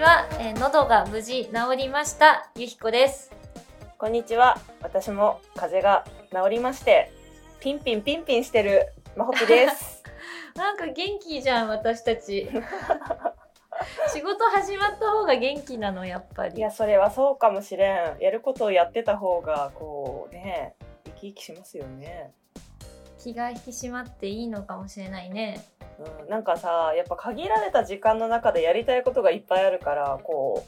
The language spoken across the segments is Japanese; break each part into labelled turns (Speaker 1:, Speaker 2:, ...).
Speaker 1: は、えー喉が無事治りましたゆひこです
Speaker 2: こんにちは。私も風邪が治りまして、ピンピンピンピンしてるまほぴ です。
Speaker 1: なんか元気じゃん私た ち仕事始まった方が元気なのやっぱ
Speaker 2: い
Speaker 1: り
Speaker 2: や、それはそうかもしれん。やることをやってた方が、こうね、生き生きしますよね。
Speaker 1: 気が引き締まっていいのかもしれないね
Speaker 2: うん、なんかさ、やっぱ限られた時間の中でやりたいことがいっぱいあるから、こ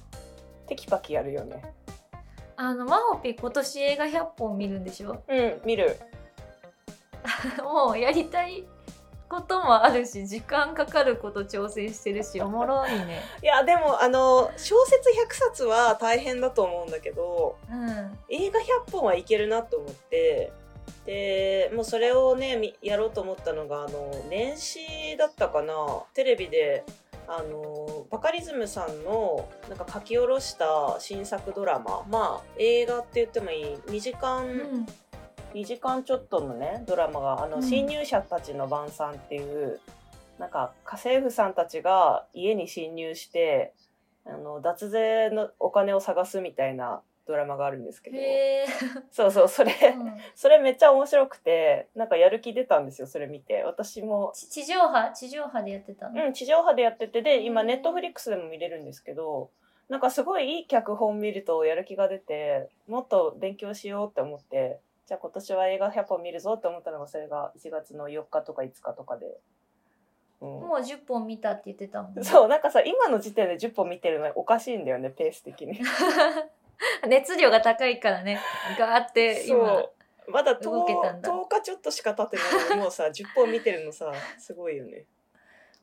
Speaker 2: う、テキパキやるよね。
Speaker 1: あのまほぴ今年映画100本見るんでしょ
Speaker 2: うん、見る。
Speaker 1: もうやりたいこともあるし時間かかること調整してるしおもろいね
Speaker 2: いや、でも、あの、小説100冊は大変だと思うんだけど、
Speaker 1: うん
Speaker 2: 映画100本はいけるなと思ってでもうそれをねみやろうと思ったのがあの年始だったかなテレビであのバカリズムさんのなんか書き下ろした新作ドラマまあ映画って言ってもいい2時間、
Speaker 1: うん
Speaker 2: 2時間ちょっとのねドラマがあの、
Speaker 1: うん
Speaker 2: 侵入者たちの晩餐っていうなんか家政婦さんたちが家に侵入してあの脱税のお金を探すみたいなドラマがあるんですけど。
Speaker 1: へえ、
Speaker 2: そうそう、それ
Speaker 1: う、ん
Speaker 2: それめっちゃ面白くて、なんかやる気出たんですよ、それ見て。私も、
Speaker 1: ち地上波地上波でやってたの、
Speaker 2: うん、地上波でやってて、で、今、ネットフリックスでも見れるんですけど、なんかすごいいい脚本見るとやる気が出て、もっと勉強しようって思って、じゃあ今年は映画100本見るぞって思ったのが、それが1月の4日とか5日とかで。うん。
Speaker 1: もう10本見たって言ってたもんね
Speaker 2: そう、なんかさ、今の時点で10本見てるのおかしいんだよね、ペース的 に。
Speaker 1: 熱量が高いからねガーって今
Speaker 2: そうまだと
Speaker 1: 動けたんだ
Speaker 2: 10日ちょっとしか経ってないのにもうさ10本見てるのさすごいよね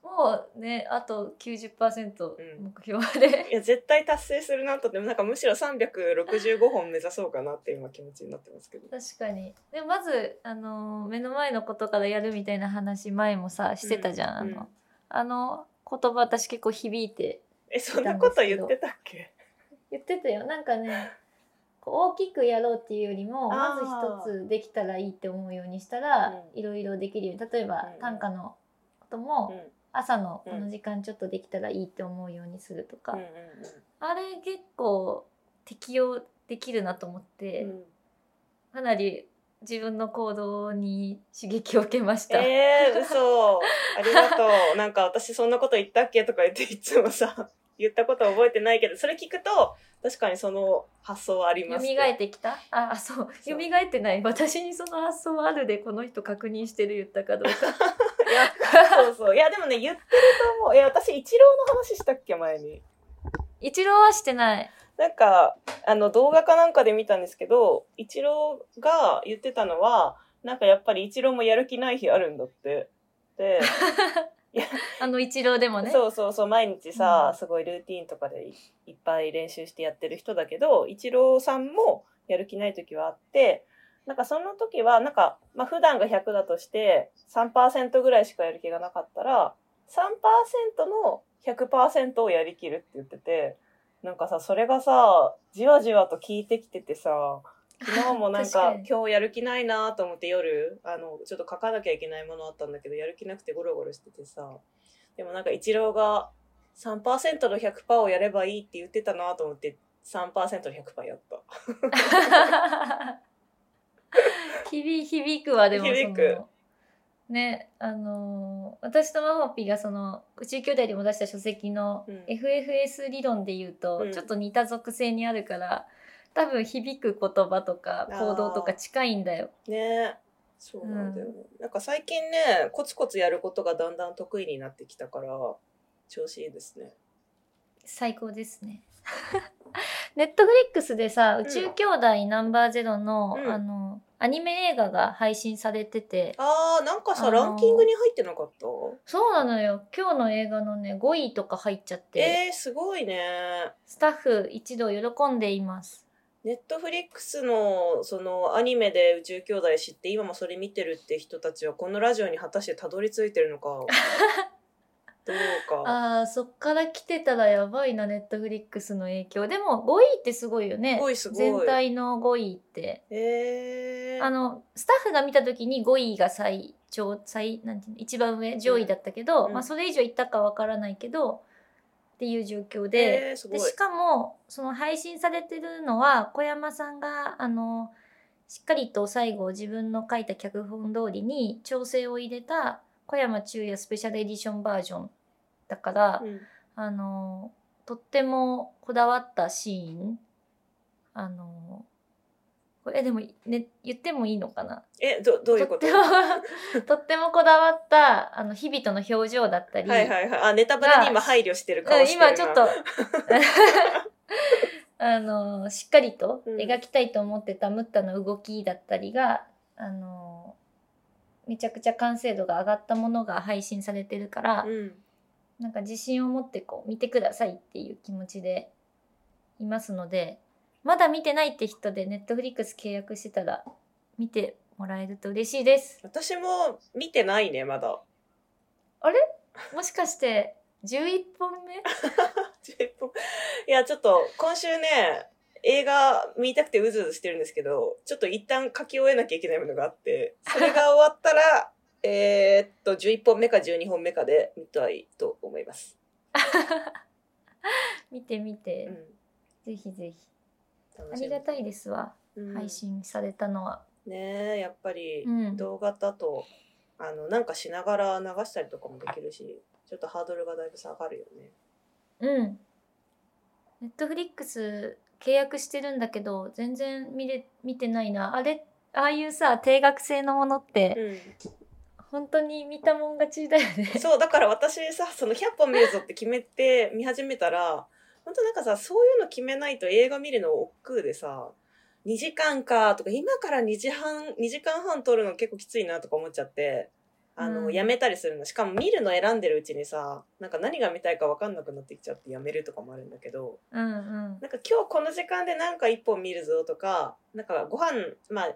Speaker 1: もうねあと90%
Speaker 2: うん
Speaker 1: 目標で、
Speaker 2: いや絶対達成するなとでもなんかむしろ365本目指そうかなって今気持ちになってますけど
Speaker 1: 確かにでまず、あのー目の前のことからやるみたいな話前もさしてたじゃん、
Speaker 2: う
Speaker 1: あ
Speaker 2: ん
Speaker 1: の、
Speaker 2: うん
Speaker 1: あの言葉私結構響いて
Speaker 2: えそんなこと言ってたっけ
Speaker 1: 言ってたよなんかねこう大きくやろうっていうよりも
Speaker 2: あ
Speaker 1: まず
Speaker 2: ー
Speaker 1: 一つできたらいいって思うようにしたら
Speaker 2: うん
Speaker 1: いろいろできるように例えば
Speaker 2: うん
Speaker 1: 短歌のこと
Speaker 2: うん
Speaker 1: も朝の
Speaker 2: うん
Speaker 1: この時間ちょっとできたらいいって思うようにするとか
Speaker 2: うん
Speaker 1: あれ結構適用できるなと思って
Speaker 2: うんうん
Speaker 1: かなり自分の行動に刺激を受けました。
Speaker 2: えー、嘘ありがとうなんか私そんなこと言ったっけとか言っていつもさ 言ったこと覚えてないけどそれ聞くと確かにその発想はあり
Speaker 1: 蘇
Speaker 2: ますね
Speaker 1: ってきたああそう蘇ってない私にその発想はあるでこの人確認してる言ったかどう か
Speaker 2: いや、そうそう。いや、でもね、言ってると思う。いや、私、イチローの話したっけ、前に。
Speaker 1: 一郎はしてない
Speaker 2: なんか、あの、動画かなんかで見たんですけど、イチローが言ってたのは、なんかやっぱりイチローもやる気ない日あるんだって。で、
Speaker 1: あの一郎でもね
Speaker 2: そうそうそう、毎日さ、
Speaker 1: うん
Speaker 2: すごいルーティーンとかでいいっぱい練習してやってる人だけど、イチローさんもやる気ない時はあって、なんかその時は、なんか、まあ普段が100だとして、3%ぐらいしかやる気がなかったら、3%の100%をやりきるって言ってて、なんかさ、それがさ、じわじわと効いてきててさ、昨日も なん
Speaker 1: 確
Speaker 2: か
Speaker 1: かに
Speaker 2: 今日やる気ないなと思って夜あのちょっと書かなきゃいけないものあったんだけどやる気なくてゴロゴロしててさでもなんかイチローが3%の100%をやればいいって言ってたなと思って3%の100%やった。
Speaker 1: 響響くわでもそ
Speaker 2: 響く
Speaker 1: のねあのー私とマホピーがその宇宙兄弟でも出した書籍の
Speaker 2: うん
Speaker 1: FFS 理論で言うと、
Speaker 2: うん
Speaker 1: ちょっと似た属性にあるから多分響く言葉とか
Speaker 2: あー
Speaker 1: 行動とか近いんだよ。
Speaker 2: ねそうなんだよね、なんか最近ねコツコツやることがだんだん得意になってきたから調子いいですね。
Speaker 1: 最高ですね。 ネットフリックスでさ「宇宙兄弟ナンバーゼロの、
Speaker 2: うん
Speaker 1: あのアニメ映画が配信されてて
Speaker 2: あーなんかさ、
Speaker 1: あのー
Speaker 2: ランキングに入ってなかった
Speaker 1: そうなのよ今日の映画のね5位とか入っちゃって、
Speaker 2: えー、すごいね。
Speaker 1: スタッフ一同喜んでいます。
Speaker 2: ネットフリックスのそのアニメで宇宙兄弟知って今もそれ見てるって人たちはこのラジオに果たしてたどり着いてる のかどうか
Speaker 1: あーそっから来てたらやばいなネットフリックスの影響でも5位ってすごいよね
Speaker 2: すごいすごい
Speaker 1: 全体の5位って
Speaker 2: えー、
Speaker 1: あのスタッフが見た時に5位が最長最なんていうの一番上上位だったけど、
Speaker 2: うん
Speaker 1: まあ、それ以上いったかわからないけどっっていう状況で、
Speaker 2: えー、すご
Speaker 1: で
Speaker 2: い。
Speaker 1: しかもその配信されてるのは小山さんがあのしっかりと最後自分の書いた脚本通りに調整を入れた小山中也スペシャルエディションバージョンだから、
Speaker 2: うん
Speaker 1: あのとってもこだわったシーンあのこれでも、ね、言ってもいいのかな
Speaker 2: え、ど、どういうこと
Speaker 1: っても とってもこだわったあの日々との表情だったり、
Speaker 2: はいはいはい。あ、ネタバレに今配慮してる顔
Speaker 1: うん
Speaker 2: してるな
Speaker 1: 今ちょっ とあのしっかりと
Speaker 2: うん
Speaker 1: 描きたいと思ってたムッタの動きだったりがあのめちゃくちゃ完成度が上がったものが配信されてるから、
Speaker 2: うん。
Speaker 1: なんか自信を持ってこう見てくださいっていう気持ちでいますのでまだ見てないって人でネットフリックス契約してたら見てもらえると嬉しいです
Speaker 2: 私も見てないね、まだ。
Speaker 1: もしかして11本目
Speaker 2: いや、ちょっと今週ね、映画見たくてうずうずしてるんですけど、ちょっと一旦書き終えなきゃいけないものがあって、それが終わったら、 えーっと、11本目か12本目かで見たいと思います。
Speaker 1: 見て見て、ぜひぜひありがたいですわ、
Speaker 2: い
Speaker 1: 配信されたのは。
Speaker 2: ねえ、やっぱり
Speaker 1: うん
Speaker 2: 動画だと、あの、なんかしながら流したりとかもできるし、ちょっとハードルがだいぶ下がるよね。
Speaker 1: うん。ネットフリックス契約してるんだけど、全然見れ、見てないな。あれ、ああいうさ、定額制のものって、本当に見たもん勝ちだよね。
Speaker 2: そうだから私さその100本見るぞって決めて見始めたら本当なんかさそういうの決めないと映画見るの億劫でさ2時間かとか今から2時半2時間半撮るの結構きついなとか思っちゃってあの、
Speaker 1: うん
Speaker 2: やめたりするのしかも見るの選んでるうちにさなんか何が見たいか分かんなくなってきちゃってやめるとかもあるんだけど
Speaker 1: うんうん。
Speaker 2: なんか今日この時間でなんか1本見るぞとかなんかご飯まあ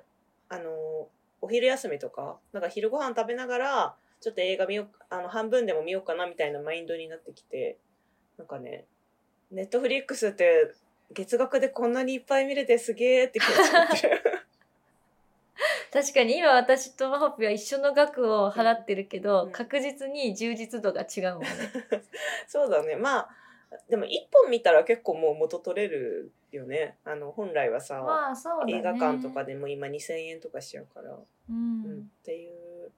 Speaker 2: あのお昼休みとかなんか昼ご飯食べながらちょっと映画見ようあの半分でも見ようかなみたいなマインドになってきてなんかねネットフリックスって月額でこんなにいっぱい見れてすげーって気持ちになっ てる
Speaker 1: 確かに今私とマホピは一緒の額を払ってるけど、
Speaker 2: うん
Speaker 1: 確実に充実度が違うもんね。
Speaker 2: そうだねまあでも1本見たら結構もう元取れるよねあの本来はさ、
Speaker 1: まあそうだね。
Speaker 2: 映画館とか。でも今2000円とかしちゃうから。
Speaker 1: う
Speaker 2: うんっ
Speaker 1: ん。
Speaker 2: ていう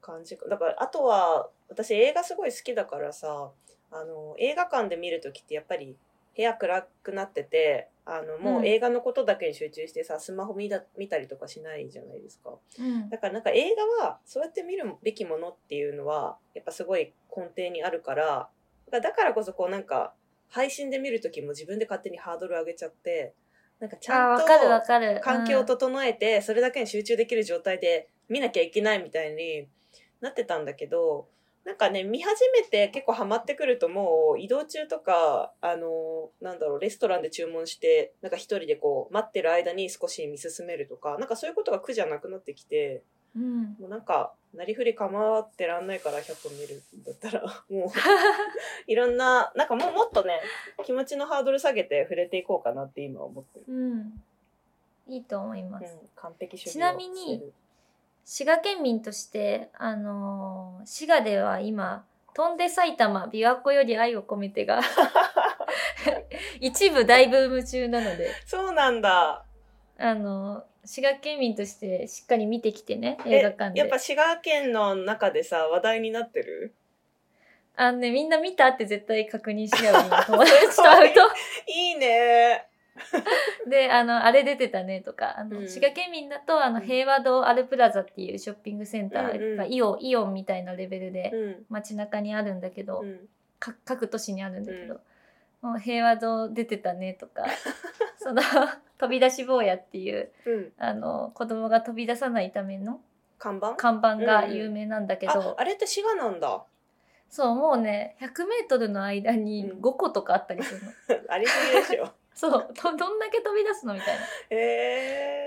Speaker 2: 感じかだからあとは私映画すごい好きだからさあの映画館で見る時ってやっぱり部屋暗くなっててあの
Speaker 1: う
Speaker 2: もうん映画のことだけに集中してさ、スマホ見だ見たりとかしないじゃないですか
Speaker 1: うん
Speaker 2: だからなんか映画はそうやって見るべきものっていうのはやっぱすごい根底にあるからだからだからこそこうなんか配信で見る時も自分で勝手にハードル上げちゃってなんかち
Speaker 1: あ
Speaker 2: ゃん
Speaker 1: わ
Speaker 2: と
Speaker 1: かるわかる。
Speaker 2: 環境を整えてそれだけに集中できる状態で見なきゃいけないみたいになってたんだけどなんかね見始めて結構ハマってくるともう移動中とかあのなんだろうレストランで注文してなんか一人でこう待ってる間に少し見進めるとかなんかそういうことが苦じゃなくなってきて
Speaker 1: うん。うん
Speaker 2: もうなんかなりふり構ってらんないから100本見るんだった らもういろんななんかもうもっとね気持ちのハードル下げて触れていこうかなって今思ってる。
Speaker 1: うん。いいと思いま
Speaker 2: う
Speaker 1: す。
Speaker 2: ん、完璧主義を
Speaker 1: ちなみに
Speaker 2: 捨てる
Speaker 1: 滋賀県民として、あのー滋賀では今、飛んで埼玉、琵琶湖より愛を込めてが、 一部大ブーム中なので、
Speaker 2: そうなんだ。
Speaker 1: あのー滋賀県民としてしっかり見てきてね、
Speaker 2: え
Speaker 1: 映画館で。
Speaker 2: やっぱ滋賀県の中でさ、話題になってる
Speaker 1: あのね、みんな見たって絶対確認し合う みんな友達と会うと。
Speaker 2: いいね。
Speaker 1: で、あの、あれ出てたねとか、あの、
Speaker 2: うん
Speaker 1: 滋賀県民だと、あの、平和堂アルプラザっていうショッピングセンターが、
Speaker 2: うんうん
Speaker 1: イオン、イオンみたいなレベルで、
Speaker 2: うん。
Speaker 1: 街中にあるんだけど、
Speaker 2: うん、
Speaker 1: か各都市にあるんだけど、もう平和堂出てたねと かその飛び出し坊やっていう
Speaker 2: うん、
Speaker 1: あの子供が飛び出さないための
Speaker 2: 看板
Speaker 1: 看板が有名なんだけど、
Speaker 2: ああれって滋賀なんだ
Speaker 1: そうもうね 100m の間に
Speaker 2: うん
Speaker 1: 5個とかあったりす るの、
Speaker 2: ありすぎで しょ
Speaker 1: そうどどんだけ飛び出すのみたい
Speaker 2: へ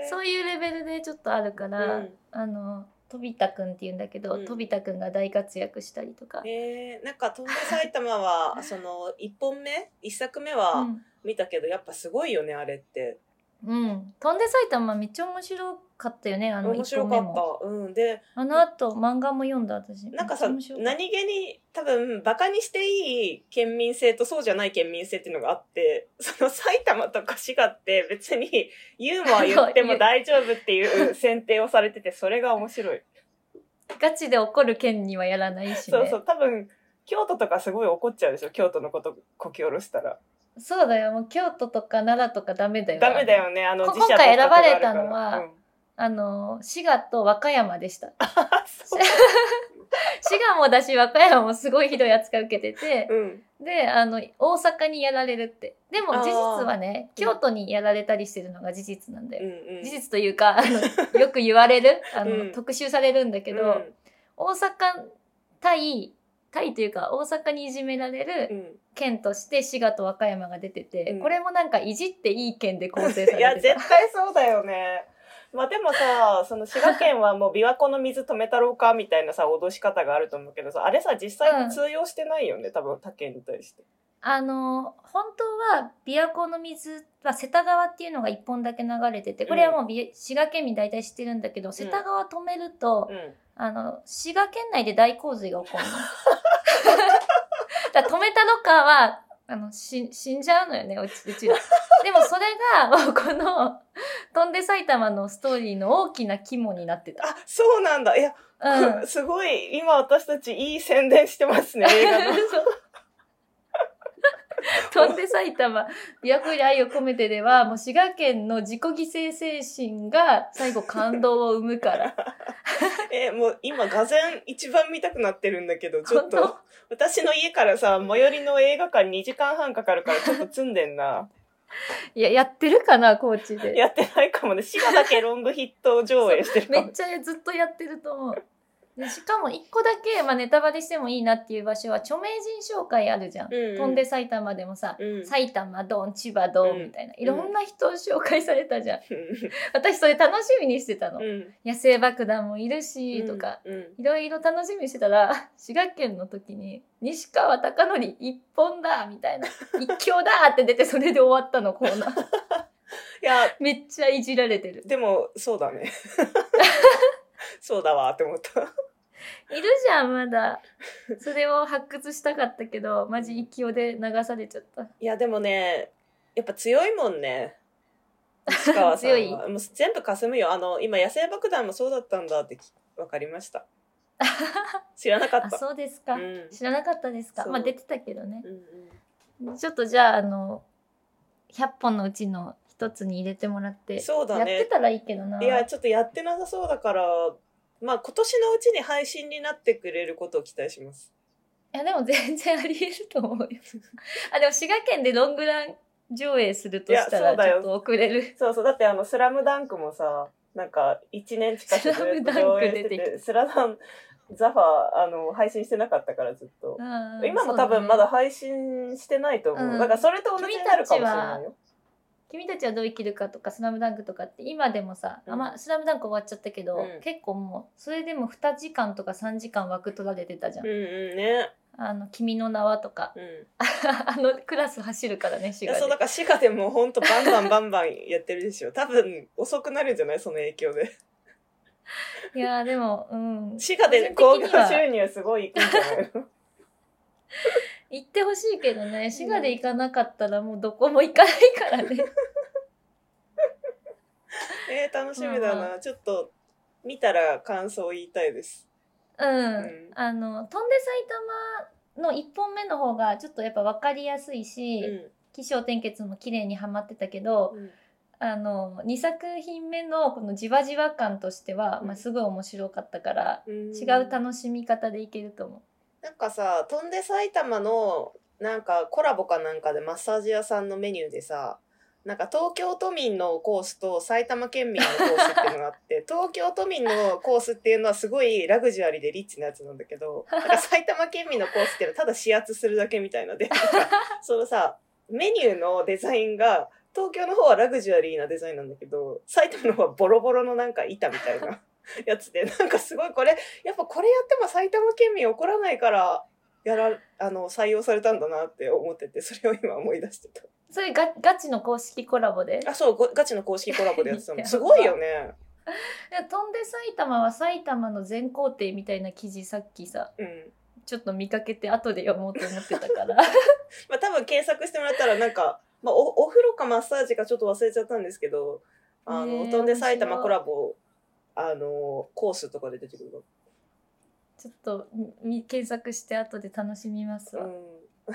Speaker 2: え
Speaker 1: な
Speaker 2: う
Speaker 1: そういうレベルでちょっとあるから、
Speaker 2: ん
Speaker 1: あの飛田くんっていうんだけど、
Speaker 2: うん
Speaker 1: 飛田くんが大活躍したりとか。
Speaker 2: えー、なんか「飛んで埼玉は」その1本目1作目は見たけど、やっぱすごいよねあれって
Speaker 1: うん、飛んで埼玉めっちゃ面白かったよねあの
Speaker 2: 面
Speaker 1: 1
Speaker 2: 白
Speaker 1: 個
Speaker 2: か
Speaker 1: 目も
Speaker 2: った。うん、で、
Speaker 1: あの後漫画も読んだ私
Speaker 2: なんかさ、
Speaker 1: めっちゃ面白い
Speaker 2: 何気に多分、バカにしていい県民性とそうじゃない県民性っていうのがあって、 その埼玉とか滋賀って別にユーモア言っても大丈夫っていう選定をされてて、それが面白い。
Speaker 1: ガチで怒る県にはやらないしね
Speaker 2: そうそう、多分、京都とかすごい怒っちゃうでしょ、京都のことこき下ろしたら。
Speaker 1: そうだよもう京都とか奈良とかダメだよ
Speaker 2: ダメだよね、あの、
Speaker 1: こ
Speaker 2: 自社
Speaker 1: 今回
Speaker 2: 独特があ
Speaker 1: 選
Speaker 2: る
Speaker 1: ばれたのは
Speaker 2: からうん
Speaker 1: あの滋賀と和歌山でした
Speaker 2: あ そう
Speaker 1: 滋賀もだし和歌山もすごいひどい扱い受けてて
Speaker 2: うん。
Speaker 1: であの大阪にやられるってでも
Speaker 2: あー
Speaker 1: 事実はね京都にやられたりしてるのが事実なんだ
Speaker 2: う
Speaker 1: よ、
Speaker 2: んうん。
Speaker 1: 事実というかあのよく言われ るあの、
Speaker 2: うん
Speaker 1: 特集されるんだけど、
Speaker 2: うん
Speaker 1: 大阪対対というか大阪にいじめられ
Speaker 2: う
Speaker 1: る
Speaker 2: ん
Speaker 1: 県として滋賀と和歌山が出てて、
Speaker 2: うん
Speaker 1: これもなんかいじっていい県で構成さ
Speaker 2: いや
Speaker 1: れてた
Speaker 2: 絶対そうだよね。まあでもさその滋賀県はもう琵琶湖の水止めたろうかみたいなさ脅し方があると思うけどさあれさ実際に通用してないよね、多分他県に対して。
Speaker 1: あの本当は琵琶湖の水は瀬田川っていうのが1本だけ流れててこれはもうび、滋賀県民大体知ってるんだけど瀬田川止めると、
Speaker 2: うん、
Speaker 1: あの滋賀県内で大洪水が起こるの。だから止めたのかはあのし死んじゃうのよねうちうちら。でもそれが もうこの「飛んで埼玉」のストーリーの大きな肝になってた。
Speaker 2: あそうなんだいや、
Speaker 1: うん
Speaker 2: すごい今私たちいい宣伝してます ね映画の。
Speaker 1: 飛んで埼玉琵琶湖より愛を込めてではもう滋賀県の自己犠牲精神が最後感動を生むから
Speaker 2: えもう今がぜん一番見たくなってるんだけどちょっ
Speaker 1: 本
Speaker 2: と私の家からさ最寄りの映画館2時間半かかるからちょっと積んでんな
Speaker 1: いややってるかな高知で
Speaker 2: やってないかもね滋賀だけロングヒット上映してる
Speaker 1: め
Speaker 2: か
Speaker 1: っ
Speaker 2: も
Speaker 1: ちゃずっとやってると思うでしかも一個だけ、まあ、ネタバレしてもいいなっていう場所は著名人紹介あるじゃん、
Speaker 2: うんうん
Speaker 1: 飛んで埼玉でもさ、
Speaker 2: うん
Speaker 1: 埼玉ドン千葉ド
Speaker 2: う
Speaker 1: ン
Speaker 2: ん
Speaker 1: みたいな、いろんな人を紹介されたじゃん
Speaker 2: う
Speaker 1: 私それ楽しみにしてたの、
Speaker 2: んうん
Speaker 1: 野生爆弾もいるしとか、
Speaker 2: うん
Speaker 1: いろいろ楽しみにしてたら 滋賀県の時に「西川貴教一本だ!」みたいな「一強だ!」って出てそれで終わったのコーナ ー
Speaker 2: いや
Speaker 1: めっちゃいじられてる
Speaker 2: でもそうだ ねそうだわって思った
Speaker 1: いるじゃんまだそれを発掘したかったけどマジ一強で流されちゃった
Speaker 2: いやでもねやっぱ強いもん ね西川さんは
Speaker 1: 強い
Speaker 2: もう全部かすむよあの今野生爆弾もそうだったんだって分かりま した知らなかっ
Speaker 1: あ
Speaker 2: た
Speaker 1: そうですか、
Speaker 2: うん
Speaker 1: 知らなかったですか
Speaker 2: そう
Speaker 1: まあ出てたけどね
Speaker 2: うんうん
Speaker 1: ちょっとじゃああの100本のうちの一つに入れてもらって
Speaker 2: そうだね
Speaker 1: やってたらいいけどない
Speaker 2: やちょっとやってなさそうだからまあ今年のうちに配信になってくれることを期待します
Speaker 1: いやでも全然ありえると思うよ。あでも滋賀県でロングラン上映するとした
Speaker 2: いやそう
Speaker 1: ら
Speaker 2: だ
Speaker 1: ち
Speaker 2: よ
Speaker 1: ょっと遅れる。
Speaker 2: そうそう、だってあの、スラムダンクもさ、なんか、1年近くずっと上映して
Speaker 1: スラムダンク出て
Speaker 2: て、スラダン、ザファー、あの、配信してなかったからずっと。
Speaker 1: うん
Speaker 2: 今も多分ま。だ
Speaker 1: そうね
Speaker 2: 配信してないと思
Speaker 1: う
Speaker 2: う。
Speaker 1: ん
Speaker 2: だからそれと同じになるかもしれないよ。
Speaker 1: 君たちはどう生きるかとか「スラムダンクとかって今でもさ、
Speaker 2: うん
Speaker 1: あまあ「スラムダンク終わっちゃったけど、
Speaker 2: うん
Speaker 1: 結構もうそれでも2時間とか3時間枠取られてたじゃん「
Speaker 2: うんうんね。
Speaker 1: あの君の名は」とか
Speaker 2: うん。
Speaker 1: あのクラス走るからね
Speaker 2: い
Speaker 1: 滋
Speaker 2: や、
Speaker 1: 賀
Speaker 2: そう、
Speaker 1: で
Speaker 2: だから滋賀でもほんとバンバンバンバンやってるでしょ。多分、遅くなるんじゃないその影響で。
Speaker 1: いやーでもうん
Speaker 2: 滋賀で
Speaker 1: 個
Speaker 2: 興
Speaker 1: 人
Speaker 2: 行
Speaker 1: 的には
Speaker 2: 収入すごいいくんじゃない の
Speaker 1: 行ってほしいけどね滋賀で行かなかったらもうどこも行かないからね
Speaker 2: えー、楽しみだな。ちょっと、見たら感想言いたいです。
Speaker 1: うん、
Speaker 2: うん
Speaker 1: あの「飛んで埼玉」の1本目の方がちょっとやっぱ分かりやすいし、
Speaker 2: うん
Speaker 1: 起承転結も綺麗にはまってたけど
Speaker 2: うん。
Speaker 1: あの2作品目のこのじわじわ感としては、
Speaker 2: うん
Speaker 1: まあ、すごい面白かったから、
Speaker 2: うん
Speaker 1: 違う楽しみ方でいけると思う。
Speaker 2: なんかさ、飛んで埼玉のなんかコラボかなんかでマッサージ屋さんのメニューでさ、なんか東京都民のコースと埼玉県民のコースっていうのがあって、東京都民のコースっていうのはすごいラグジュアリーでリッチなやつなんだけど、なんか埼玉県民のコースっていうのはただ指圧するだけみたいので、なんかそのさ、メニューのデザインが、東京の方はラグジュアリーなデザインなんだけど、埼玉の方はボロボロのなんか板みたいなやつで、なんかすごいこれ、やっぱこれやっても埼玉県民怒らないから、やら、あの、採用されたんだなって思ってて、それを今思い出して た。
Speaker 1: それガガチの公式コラボで
Speaker 2: あ、そう、ごガチの公式コラボでやってた
Speaker 1: いや
Speaker 2: の。すごいよね。
Speaker 1: で飛んで埼玉は埼玉の全校程みたいな記事さっきさ
Speaker 2: うん。
Speaker 1: ちょっと見かけて後で読もうと思ってた から
Speaker 2: まあ多分検索してもらったらなんか、まあおお風呂かマッサージかちょっと忘れちゃったんですけど、あ
Speaker 1: ね
Speaker 2: の、
Speaker 1: え
Speaker 2: 飛んで埼玉
Speaker 1: 面白い
Speaker 2: コラボ、あの、コースとかで出てくるの。
Speaker 1: ちょっとみ検索して後で楽しみますわ、
Speaker 2: うん。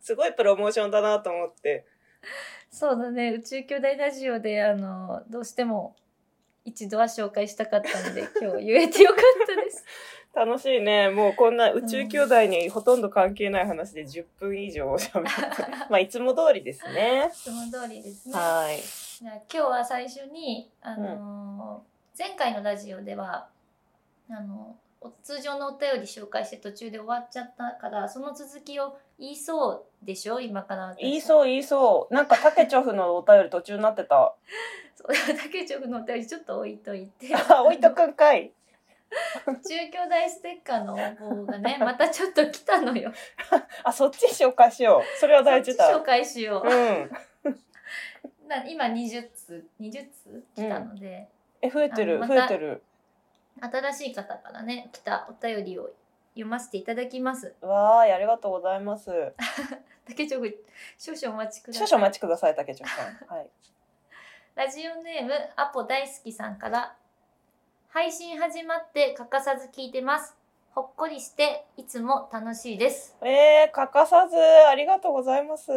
Speaker 2: すごいプロモーションだなと思って。
Speaker 1: そうだね宇宙兄弟ラジオであのどうしても一度は紹介したかった ので今日言えてよかったです
Speaker 2: 楽しいね。もうこんな宇宙兄弟にほとんど関係ない話で10分以上喋って。 まあいつも通りですね。
Speaker 1: その通りですね
Speaker 2: はい。
Speaker 1: じゃあ今日は最初に、あのー前回のラジオではあのお通常のお便り紹介して途中で終わっちゃったからその続きを言いそうでしょ今から私
Speaker 2: 言いそう言いそう。なんかタケチョフのお便り途中になってた。
Speaker 1: そう竹内君のお便りちょっと置いといて
Speaker 2: あ、 置いとくんかい。
Speaker 1: 中京大ステッカーの応募がねまたちょっと来た のよ
Speaker 2: あ、そっち紹介しよう。それは
Speaker 1: そっ
Speaker 2: 大
Speaker 1: ち
Speaker 2: 事 だ。
Speaker 1: 紹介しよ
Speaker 2: うん。
Speaker 1: うな今20通20通来たので、
Speaker 2: え、増えてる、
Speaker 1: あの
Speaker 2: 増
Speaker 1: また
Speaker 2: えてる。
Speaker 1: 新しい方からね来たお便りを読ませていただきます
Speaker 2: わーい、ありがとうございます。
Speaker 1: 竹内君少々お待ちくださ
Speaker 2: 少
Speaker 1: い
Speaker 2: 々お待ちください、タケチョフさん。はい。
Speaker 1: ラジオネームアポ大好きさんから配信始まって欠かさず聞いてますほっこりしていつも楽しいです
Speaker 2: えー、欠かさず、ありがとうございます。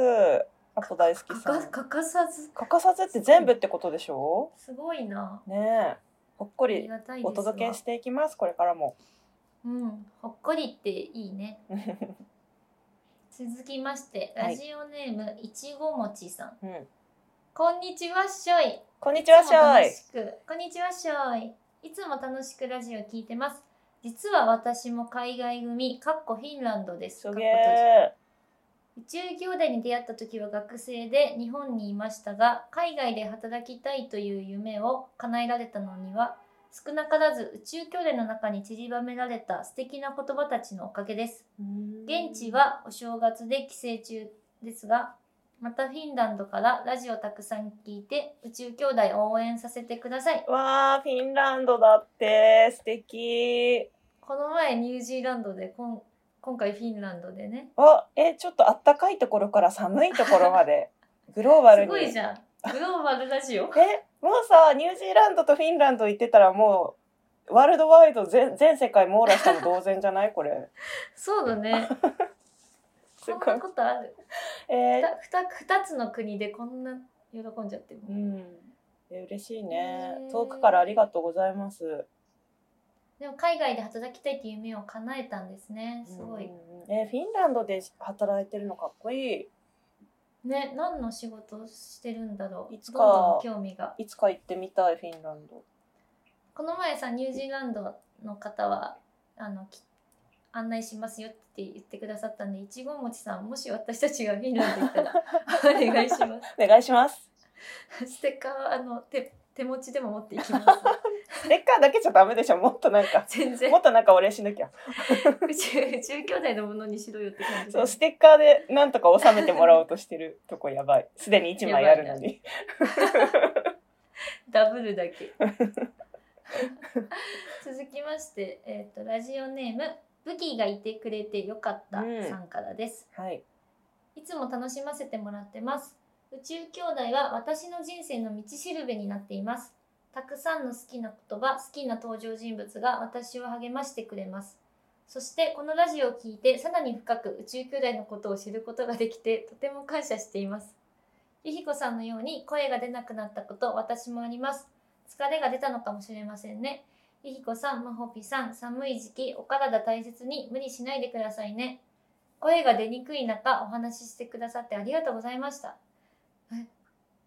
Speaker 2: あと大好き
Speaker 1: 欠
Speaker 2: さ
Speaker 1: か
Speaker 2: ん。欠
Speaker 1: 欠かさず
Speaker 2: かさずって全部ってことでしょ
Speaker 1: すごいな
Speaker 2: ねえ。ほっこ
Speaker 1: あり
Speaker 2: り
Speaker 1: がたいですわ
Speaker 2: お届けしていきます、これからも。
Speaker 1: うんほっこりっていい ね続きまして
Speaker 2: は
Speaker 1: ラ
Speaker 2: い
Speaker 1: ジオネーム、いちごもちさん
Speaker 2: うん。
Speaker 1: こんにちはしょい
Speaker 2: こんにちは、
Speaker 1: い
Speaker 2: し
Speaker 1: つも
Speaker 2: ょ
Speaker 1: 楽
Speaker 2: い。
Speaker 1: しくこんにちはしょいいつも楽しくラジオ聞いてます実は私も海外組かっこフィンランドです
Speaker 2: す
Speaker 1: かっこ
Speaker 2: げ
Speaker 1: 閉じ
Speaker 2: え。
Speaker 1: 宇宙兄弟に出会った時は学生で日本にいましたが海外で働きたいという夢を叶えられたのには少なからず宇宙兄弟の中に散りばめられた素敵な言葉たちのおかげです現地はお正月で帰省中ですがまたフィンランドからラジオたくさん聞いて宇宙兄弟応援させてください
Speaker 2: わあ、フィンランドだって、素敵。
Speaker 1: この前ニュージーランドでこん今回フィンランドでね
Speaker 2: あ、え、ちょっとあったかいところから寒いところ まで、グローバル
Speaker 1: す
Speaker 2: に。
Speaker 1: ごいじゃんグローバルラジオ
Speaker 2: え、もうさ、ニュージーランドとフィンランド行ってたらもう、ワールドワイド全全世界網羅したの同然じゃ ないこれ。
Speaker 1: そうだね
Speaker 2: す
Speaker 1: そん
Speaker 2: ごい
Speaker 1: な。ことある
Speaker 2: えー、
Speaker 1: ふたふた二つの国でこんな喜んじゃってる、
Speaker 2: うん。え嬉しい
Speaker 1: ね
Speaker 2: ね
Speaker 1: え。
Speaker 2: 遠くからありがとうございます。
Speaker 1: でも海外で働きたいっていう夢を叶えたんですねすごい、
Speaker 2: うん。えー、フィンランドで働いてるのかっこいい。
Speaker 1: ね何の仕事をしてるんだろう
Speaker 2: いつか
Speaker 1: どんどん興味が
Speaker 2: いつか行ってみたい、フィンランド。
Speaker 1: この前さニュージーランドの方はあのき案内しますよって言ってくださったんでいちごもちさんもし私たちがフィンランド行った らお願いしま
Speaker 2: お願いします。
Speaker 1: すステッカーはあの手手持ちでも持ってい きます
Speaker 2: ステッカーだけじゃダメでしょ。もっとな んか、
Speaker 1: 全 然
Speaker 2: もっとなんかお礼しな きゃ。
Speaker 1: 宇宙宇宙兄弟のものにしろよって感じで
Speaker 2: そう、ステッカーでなんとか収めてもらおうとしてるとこやばい。すでに1枚あるのに。
Speaker 1: ダブルだ け。続きまして、えっ、とラジオネーム武器がいてくれてよかった
Speaker 2: うん
Speaker 1: さんからです。
Speaker 2: はい。
Speaker 1: いつも楽しませてもらってます。宇宙兄弟は私の人生の道しるべになっています。たくさんの好きな言葉、好きな登場人物が私を励ましてくれます。そしてこのラジオを聞いてさらに深く宇宙兄弟のことを知ることができてとても感謝しています。ゆひこさんのように声が出なくなったこと私もあります。疲れが出たのかもしれませんね。ゆひこさん、まほぴさん、寒い時期、お体大切に無理しないでくださいね。声が出にくい中、お話ししてくださってありがとうございました。え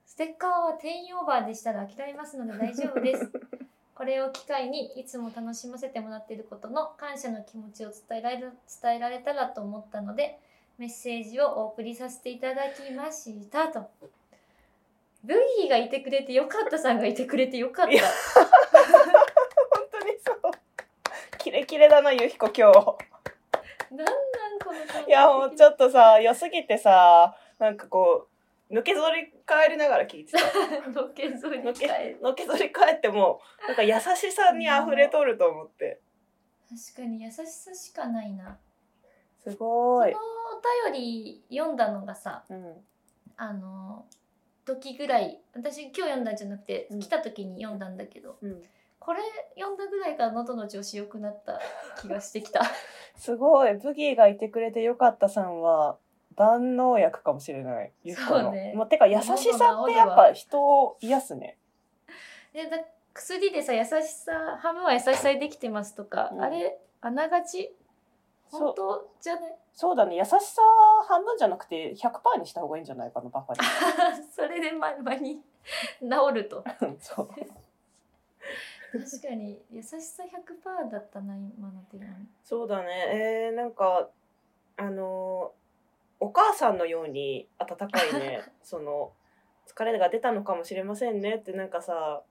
Speaker 1: ステッカーは10オーバーでしたら諦めますので大丈夫です。 これを機会にいつも楽しませてもらっていることの感謝の気持ちを伝えられる伝えられたらと思ったので、メッセージをお送りさせていただきましたと。ルイがいてくれてよかったさんがいてくれてよかっ
Speaker 2: いや
Speaker 1: た。
Speaker 2: 本当にそう。キレキレだな、ゆひこ 今日。
Speaker 1: なんなんこの感
Speaker 2: いや、もうち
Speaker 1: ょっ
Speaker 2: ょっとさ、良すぎてさ、なんかこう、のけぞり返りながら聞いてた。
Speaker 1: のけぞり
Speaker 2: のけ
Speaker 1: 返る
Speaker 2: のけぞり返っても、なんか優しさに溢れとると思って。
Speaker 1: 確かに優しさしかないな
Speaker 2: すごい
Speaker 1: こ。のお便り読んだのがさ
Speaker 2: うん。
Speaker 1: あの時ぐらい私今日読んだんじゃなくて、
Speaker 2: うん
Speaker 1: 来た時に読んだんだけど
Speaker 2: うん。
Speaker 1: これ読んだぐらいから喉の調子良くなった気がして きた
Speaker 2: すごい。ブギーがいてくれてよかったさんは、万能薬かもしれない。ゆっこの。
Speaker 1: そうね
Speaker 2: もうてか、優しさってやっぱ人を癒すね。
Speaker 1: でだ薬でさ優しさ半分は優しさでできてますとか、
Speaker 2: うん
Speaker 1: あれあながち
Speaker 2: そ
Speaker 1: 本
Speaker 2: う、
Speaker 1: 当じゃね
Speaker 2: そうだね。優しさ半分じゃなくて、100%にした方がいいんじゃないかな、バカに。
Speaker 1: それでま間に 治ると
Speaker 2: うんそう。
Speaker 1: 確かに優しさ100%だったな今の手紙
Speaker 2: そうだね。えー、なんか、あのーお母さんのように温かい ね、その、疲れが出たのかもしれませんねって、なんかさ、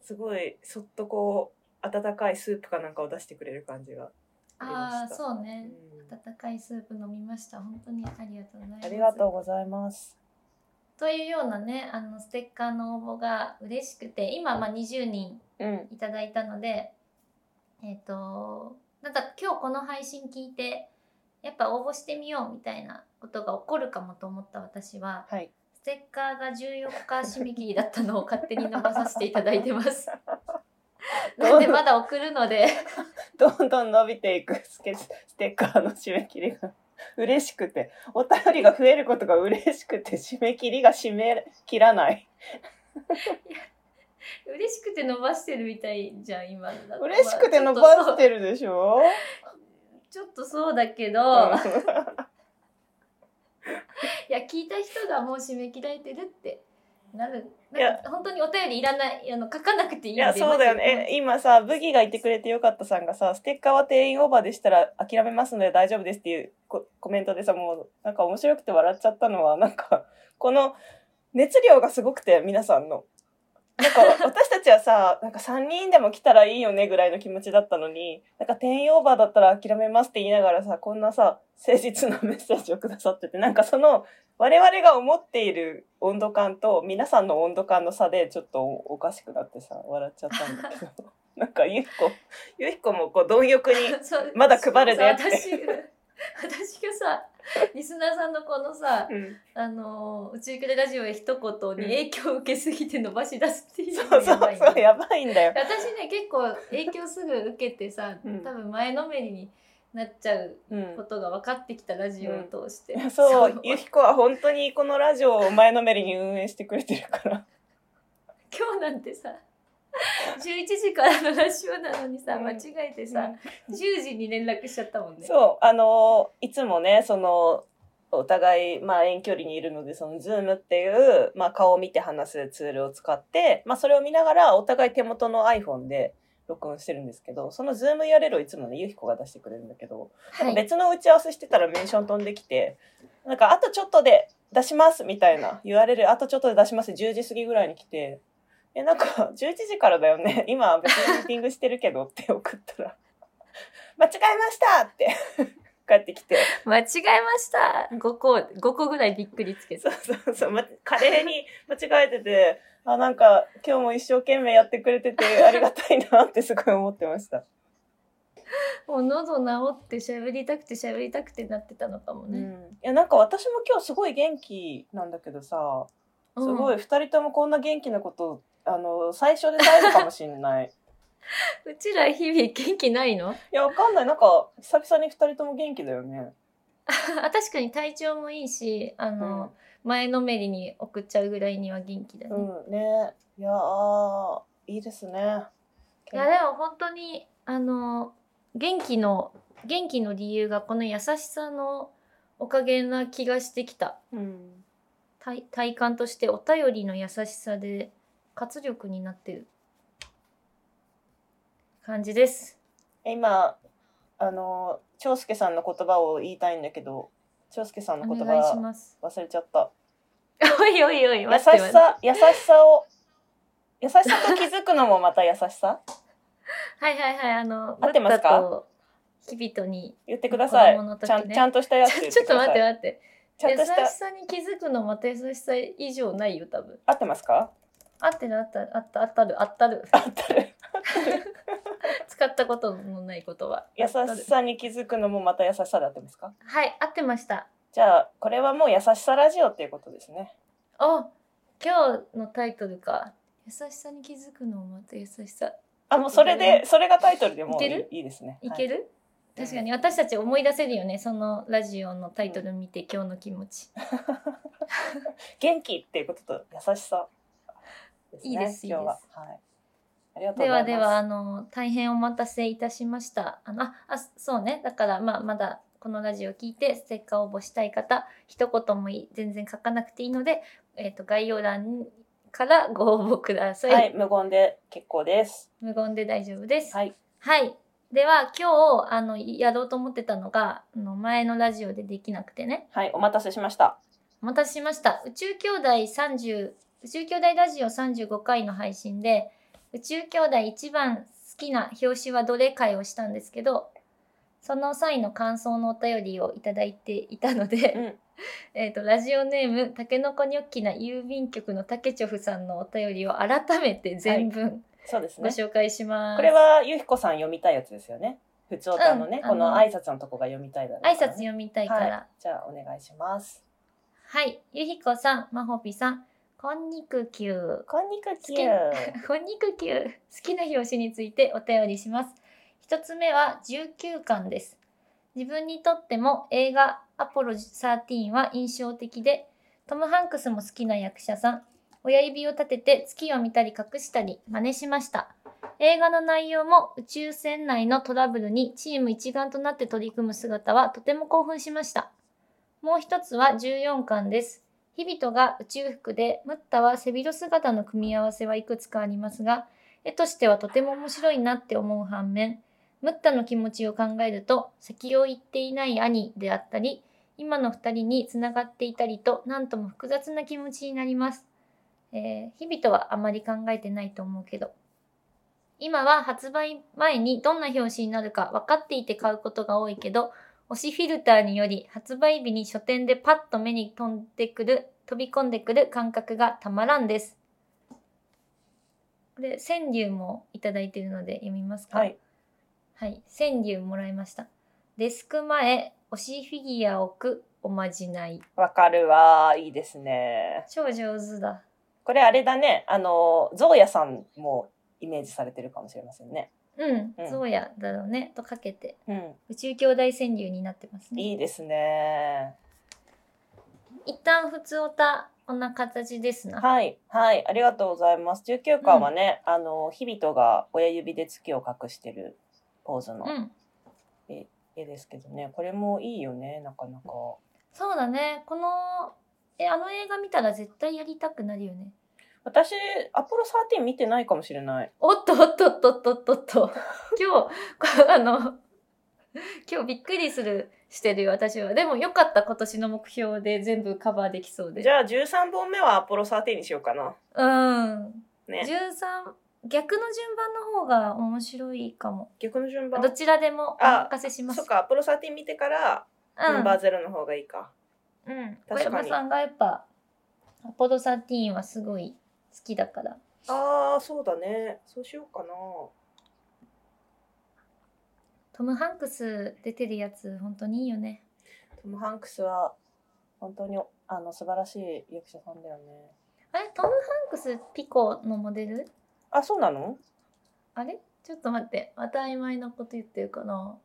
Speaker 2: すごい、そっとこう、温かいスープかなんかを出してくれる感じが。りました
Speaker 1: ああーそう
Speaker 2: う
Speaker 1: ね、
Speaker 2: ん
Speaker 1: 温かいスープ飲みました本当にありがとうございます
Speaker 2: ありがとうございます。
Speaker 1: というようなねあのステッカーの応募が嬉しくて今、まあ、20人
Speaker 2: うん。
Speaker 1: いただいたのでえっ、となんか今日この配信聞いてやっぱ応募してみようみたいなことが起こるかもと思った私は
Speaker 2: はい。
Speaker 1: ステッカーが14日締め切りだったのを勝手に逃させていただいてます なんでまだ送るので
Speaker 2: どんどん伸びていくスケステッカーの締め切りが嬉しくて、お便りが増えることが嬉しくて、締め切りが締め切らない。
Speaker 1: 嬉しくて伸ばしてるみたいじゃん今だと
Speaker 2: 嬉しくて伸ば
Speaker 1: まあ
Speaker 2: してるでしょ、
Speaker 1: ちょっとそうちょっとそうだけど、
Speaker 2: うん
Speaker 1: いや聞いた人がもう締め切られてるってなる
Speaker 2: いや
Speaker 1: なんか本当にお便りいらないあの書かなくていいん
Speaker 2: い
Speaker 1: で
Speaker 2: や、そうだよ
Speaker 1: マジで
Speaker 2: ね。え、今さ、ブギがいてくれてよかったさんがさ、ステッカーは定員オーバーでしたら諦めますので大丈夫ですっていうココメントでさ、もう、なんか面白くて笑っちゃったのは、なんか、 この熱量がすごくて、皆さんの。なんか、 私たちはさ、なんか3人でも来たらいいよねぐらいの気持ちだったのに、なんか定員オーバーだったら諦めますって言いながらさ、こんなさ、誠実なメッセージをくださってて、なんかその、我々が思っている温度感と皆さんの温度感の差でちょっとおかしくなってさ笑っちゃったんだ けどなんかゆひこゆひこもこう貪欲に
Speaker 1: そう
Speaker 2: まだ配るねって
Speaker 1: そう私が私がさリスナーさんのこのさ
Speaker 2: うん
Speaker 1: あの宇宙行きでラジオへ一言に影響を受けすぎて伸ばし出すっていう
Speaker 2: そう
Speaker 1: のがや
Speaker 2: そ
Speaker 1: ば
Speaker 2: う
Speaker 1: いね
Speaker 2: そうやばいんだよ
Speaker 1: 私ね結構影響すぐ受けてさ、
Speaker 2: うん
Speaker 1: 多分前のめりになっちゃう
Speaker 2: うん
Speaker 1: ことが分かってきたラジオを通して、
Speaker 2: いやそうゆひこは本当にこのラジオを前のめりに運営してくれてるから
Speaker 1: 今日なんてさ11時からのラジオなのにさ、
Speaker 2: うん
Speaker 1: 間違えてさ、10時に連絡しちゃったもんね
Speaker 2: そうあのいつもねそのお互い、まあ、遠距離にいるので、その、ズームっていう、まあ、顔を見て話すツールを使って、まあ、それを見ながら、お互い手元の iPhone で録音してるんですけど、そのズーム URL をいつもね、ゆひこが出してくれるんだけど、
Speaker 1: はい
Speaker 2: 別の打ち合わせしてたらメンション飛んできて、なんか、あとちょっとで出しますみたいな、URL、あとちょっとで出します、10時過ぎぐらいに来て、え、なんか、11時 からだよね。 今、別にミーティングしてるけどって送ったら、 間違えましたって 帰ってきて、
Speaker 1: 間違えました5個5個ぐらいびっくりつけて
Speaker 2: そうそうそう、ま、カレーに間違えてて、あ、なんか、今日も一生懸命やってくれてて、ありがたいなってすごい思ってました。
Speaker 1: もう喉治って喋りたくて喋りたくてなってたのかも
Speaker 2: うん。
Speaker 1: ね、
Speaker 2: いや、なんか私も今日すごい元気なんだけどさ、す
Speaker 1: うん
Speaker 2: ご
Speaker 1: う
Speaker 2: い、二人ともこんな元気なこと、あの、最初で最後かもしん ない。
Speaker 1: ちら日々元気ないの
Speaker 2: いや、わかんない。なんか、久々に二人とも元気だよね。
Speaker 1: あ確かに体調もいいしあの、前のめりに送っちゃうぐらいには元気だね、
Speaker 2: うん、ね。いやー、いいですね。
Speaker 1: いやでも本当にあの元気の元気の理由がこの優しさのおかげな気がしてきた
Speaker 2: うん。
Speaker 1: 体体感としてお便りの優しさで活力になってる感じです
Speaker 2: 今あの長介さんの言葉を言いたいんだけど長介さんの
Speaker 1: お
Speaker 2: 言
Speaker 1: 願いし
Speaker 2: 葉
Speaker 1: ます
Speaker 2: 忘れちゃった
Speaker 1: おいおいおい
Speaker 2: 優し
Speaker 1: 待って待って
Speaker 2: さ優しさを優しさと気づくのもまた優しさ
Speaker 1: はいはいはいあの
Speaker 2: 合ってますか
Speaker 1: ブッダと人々に
Speaker 2: 言ってください、
Speaker 1: 子供の時
Speaker 2: ちゃん
Speaker 1: ね
Speaker 2: ちゃんとしたやつ
Speaker 1: ち
Speaker 2: 言
Speaker 1: ょ
Speaker 2: っ
Speaker 1: ちょ
Speaker 2: て
Speaker 1: っ
Speaker 2: く
Speaker 1: と
Speaker 2: だ
Speaker 1: 待っ
Speaker 2: さい
Speaker 1: て待って
Speaker 2: ちゃん
Speaker 1: 優
Speaker 2: と
Speaker 1: し
Speaker 2: した、
Speaker 1: さに気づくのまた優しさ以上ないよ多分
Speaker 2: 合ってますか
Speaker 1: あってるあったあったあったるあったる
Speaker 2: 合ってる。
Speaker 1: 使ったことのない言葉
Speaker 2: 優
Speaker 1: あった
Speaker 2: し
Speaker 1: る
Speaker 2: さに気づくのもまた優しさで合ってますか
Speaker 1: はい合ってました
Speaker 2: じゃあ、これはもう優しさラジオっていうことですね。
Speaker 1: あ今日のタイトルか優しさに気づくのまた優しさ
Speaker 2: あ、もうそれで、それがタイトルでもうい
Speaker 1: いける
Speaker 2: いいいですね。
Speaker 1: いけ
Speaker 2: る、
Speaker 1: る、確かに私たち思い出せるよねそのラジオのタイトル見て、今日の気持ち
Speaker 2: 元気っていうことと優しさですね。
Speaker 1: いいです
Speaker 2: 今日は。はい。ありがとうご
Speaker 1: で
Speaker 2: ざいま
Speaker 1: は
Speaker 2: す。
Speaker 1: ではあの大変お待たせいたしましたあのああそうねだから、まあ、まだこのラジオを聞いてステッカー応募したい方一言もいい全然書かなくていいので、えっと概要欄からご応募ください、
Speaker 2: はい、無言で結構です。
Speaker 1: 無言で大丈夫です
Speaker 2: はい。
Speaker 1: はい。では今日あのやろうと思ってたのがあの前のラジオでできなくてね
Speaker 2: はい、お待たせしました。
Speaker 1: お待たせしました宇宙兄弟30宇宙兄弟ラジオ35回の配信で宇宙兄弟一番好きな表紙はどれ回をしたんですけどその際の感想のお便りをいただいていたので、
Speaker 2: うん。
Speaker 1: えー、とラジオネームたけのこニョッキな郵便局のたけちょふさんのお便りを改めて全文
Speaker 2: そうです
Speaker 1: ご
Speaker 2: ね。
Speaker 1: 紹介します。
Speaker 2: これはゆひこさん読みたいやつですよね。普通歌のね、
Speaker 1: うん
Speaker 2: この
Speaker 1: あ
Speaker 2: 挨拶のとこが読みたいだろうから
Speaker 1: 挨
Speaker 2: ね
Speaker 1: 拶読みたいから、
Speaker 2: はいじゃあお願いします。
Speaker 1: はい、ゆひこさん、まほぴさん、こんにくきゅう。
Speaker 2: こんにくきゅう。
Speaker 1: こんにくきゅう。好きな表紙についてお便りします。一つ目は19巻です。自分にとっても映画アポロ13は印象的で、トム・ハンクスも好きな役者さん。親指を立てて月を見たり隠したり真似しました。映画の内容も宇宙船内のトラブルにチーム一丸となって取り組む姿はとても興奮しました。もう一つは14巻です。日々とが宇宙服で、ムッタは背広姿の組み合わせはいくつかありますが、絵としてはとても面白いなって思う反面、ムッタの気持ちを考えると、先を言っていない兄であったり、今の二人に繋がっていたりと、なんとも複雑な気持ちになります。えー日々とはあまり考えてないと思うけど。今は発売前にどんな表紙になるか分かっていて買うことが多いけど、推しフィルターにより発売日に書店でパッと目に飛んでくる飛び込んでくる感覚がたまらんです。これ川柳もいただいているので読みますか。
Speaker 2: はい。
Speaker 1: はい、川柳もらいました。デスク前推しフィギュア置くおまじない。
Speaker 2: わかるわ。いいですね。
Speaker 1: 超上手だ。
Speaker 2: これあれだね。あの、ゾウヤさんもイメージされてるかもしれませんね。
Speaker 1: うん、
Speaker 2: うん
Speaker 1: そうやだろうねとかけて
Speaker 2: うん。
Speaker 1: 宇宙兄弟川柳になってますね。
Speaker 2: いいですね。
Speaker 1: 一旦普通おたこんな形ですな。
Speaker 2: はい。はい。ありがとうございます。19巻はね、あの、日々とが親指で月を隠してるポーズの
Speaker 1: うん、
Speaker 2: 絵ですけどね。これもいいよね、なかなか。
Speaker 1: そうだね。この、え、あの映画見たら絶対やりたくなるよね。
Speaker 2: 私、アポロ13見てないかもしれない。
Speaker 1: おっとおっとおっとおっとおっとっ と。今日、 こあの、今日びっくりする、してるよ、私は。でもよかった、今年の目標で全部カバーできそうで。
Speaker 2: じゃあ13本目はアポロ13にしようかな。
Speaker 1: うん。
Speaker 2: ね。
Speaker 1: 13、逆の順番の方が面白いかも。
Speaker 2: 逆の順番
Speaker 1: ど。ちらでもお
Speaker 2: あ
Speaker 1: 任せしま
Speaker 2: そっ
Speaker 1: す。
Speaker 2: か、アポロ13見てから、
Speaker 1: う
Speaker 2: ナン
Speaker 1: ん
Speaker 2: バーゼロの方がいいか。
Speaker 1: うん。
Speaker 2: か
Speaker 1: 小
Speaker 2: に
Speaker 1: 山さんがやっぱ、アポロ13はすごい好きだから。
Speaker 2: ああ、そうだね。そうしようかな。
Speaker 1: トム・ハンクス出てるやつ、本当にいいよね。
Speaker 2: トム・ハンクスは、本当に、あの、素晴らしい役者さんだよね。
Speaker 1: あれトム・ハンクスピコのモデル
Speaker 2: あ、そうなの
Speaker 1: あれちょっと待ってまた曖昧なこと言ってるかな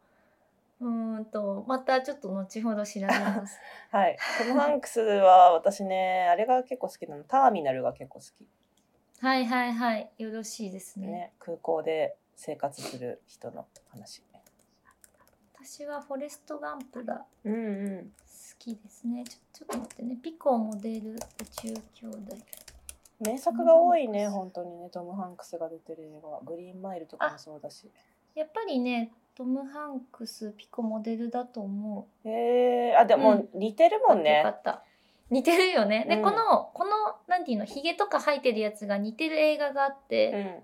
Speaker 1: うーんとまたちょっと後ほど調べます
Speaker 2: はい。トム・ハンクスは、私ね、あれが結構好きなの。ターミナルが結構好き。
Speaker 1: はいはいはいよろしいですね
Speaker 2: ね。空港で生活する人の話。
Speaker 1: 私はフォレスト・ガンプが好
Speaker 2: うんうん。
Speaker 1: きですねちょちょっと待ってねピコモデル宇宙兄弟
Speaker 2: 名作が多いね、
Speaker 1: トムハン
Speaker 2: 本当にね、トム・ハンクスが出てる映画は。グリーンマイルとかもそうだし。
Speaker 1: やっぱりねトム・ハンクスピコモデルだと思
Speaker 2: へえあ、で
Speaker 1: う
Speaker 2: も
Speaker 1: ん
Speaker 2: 似てる
Speaker 1: う
Speaker 2: もん
Speaker 1: よか
Speaker 2: ね。
Speaker 1: った似てるよね、
Speaker 2: う
Speaker 1: で
Speaker 2: ん
Speaker 1: このこのなんていうのヒゲとか生えてるやつが似てる映画があって、
Speaker 2: うん。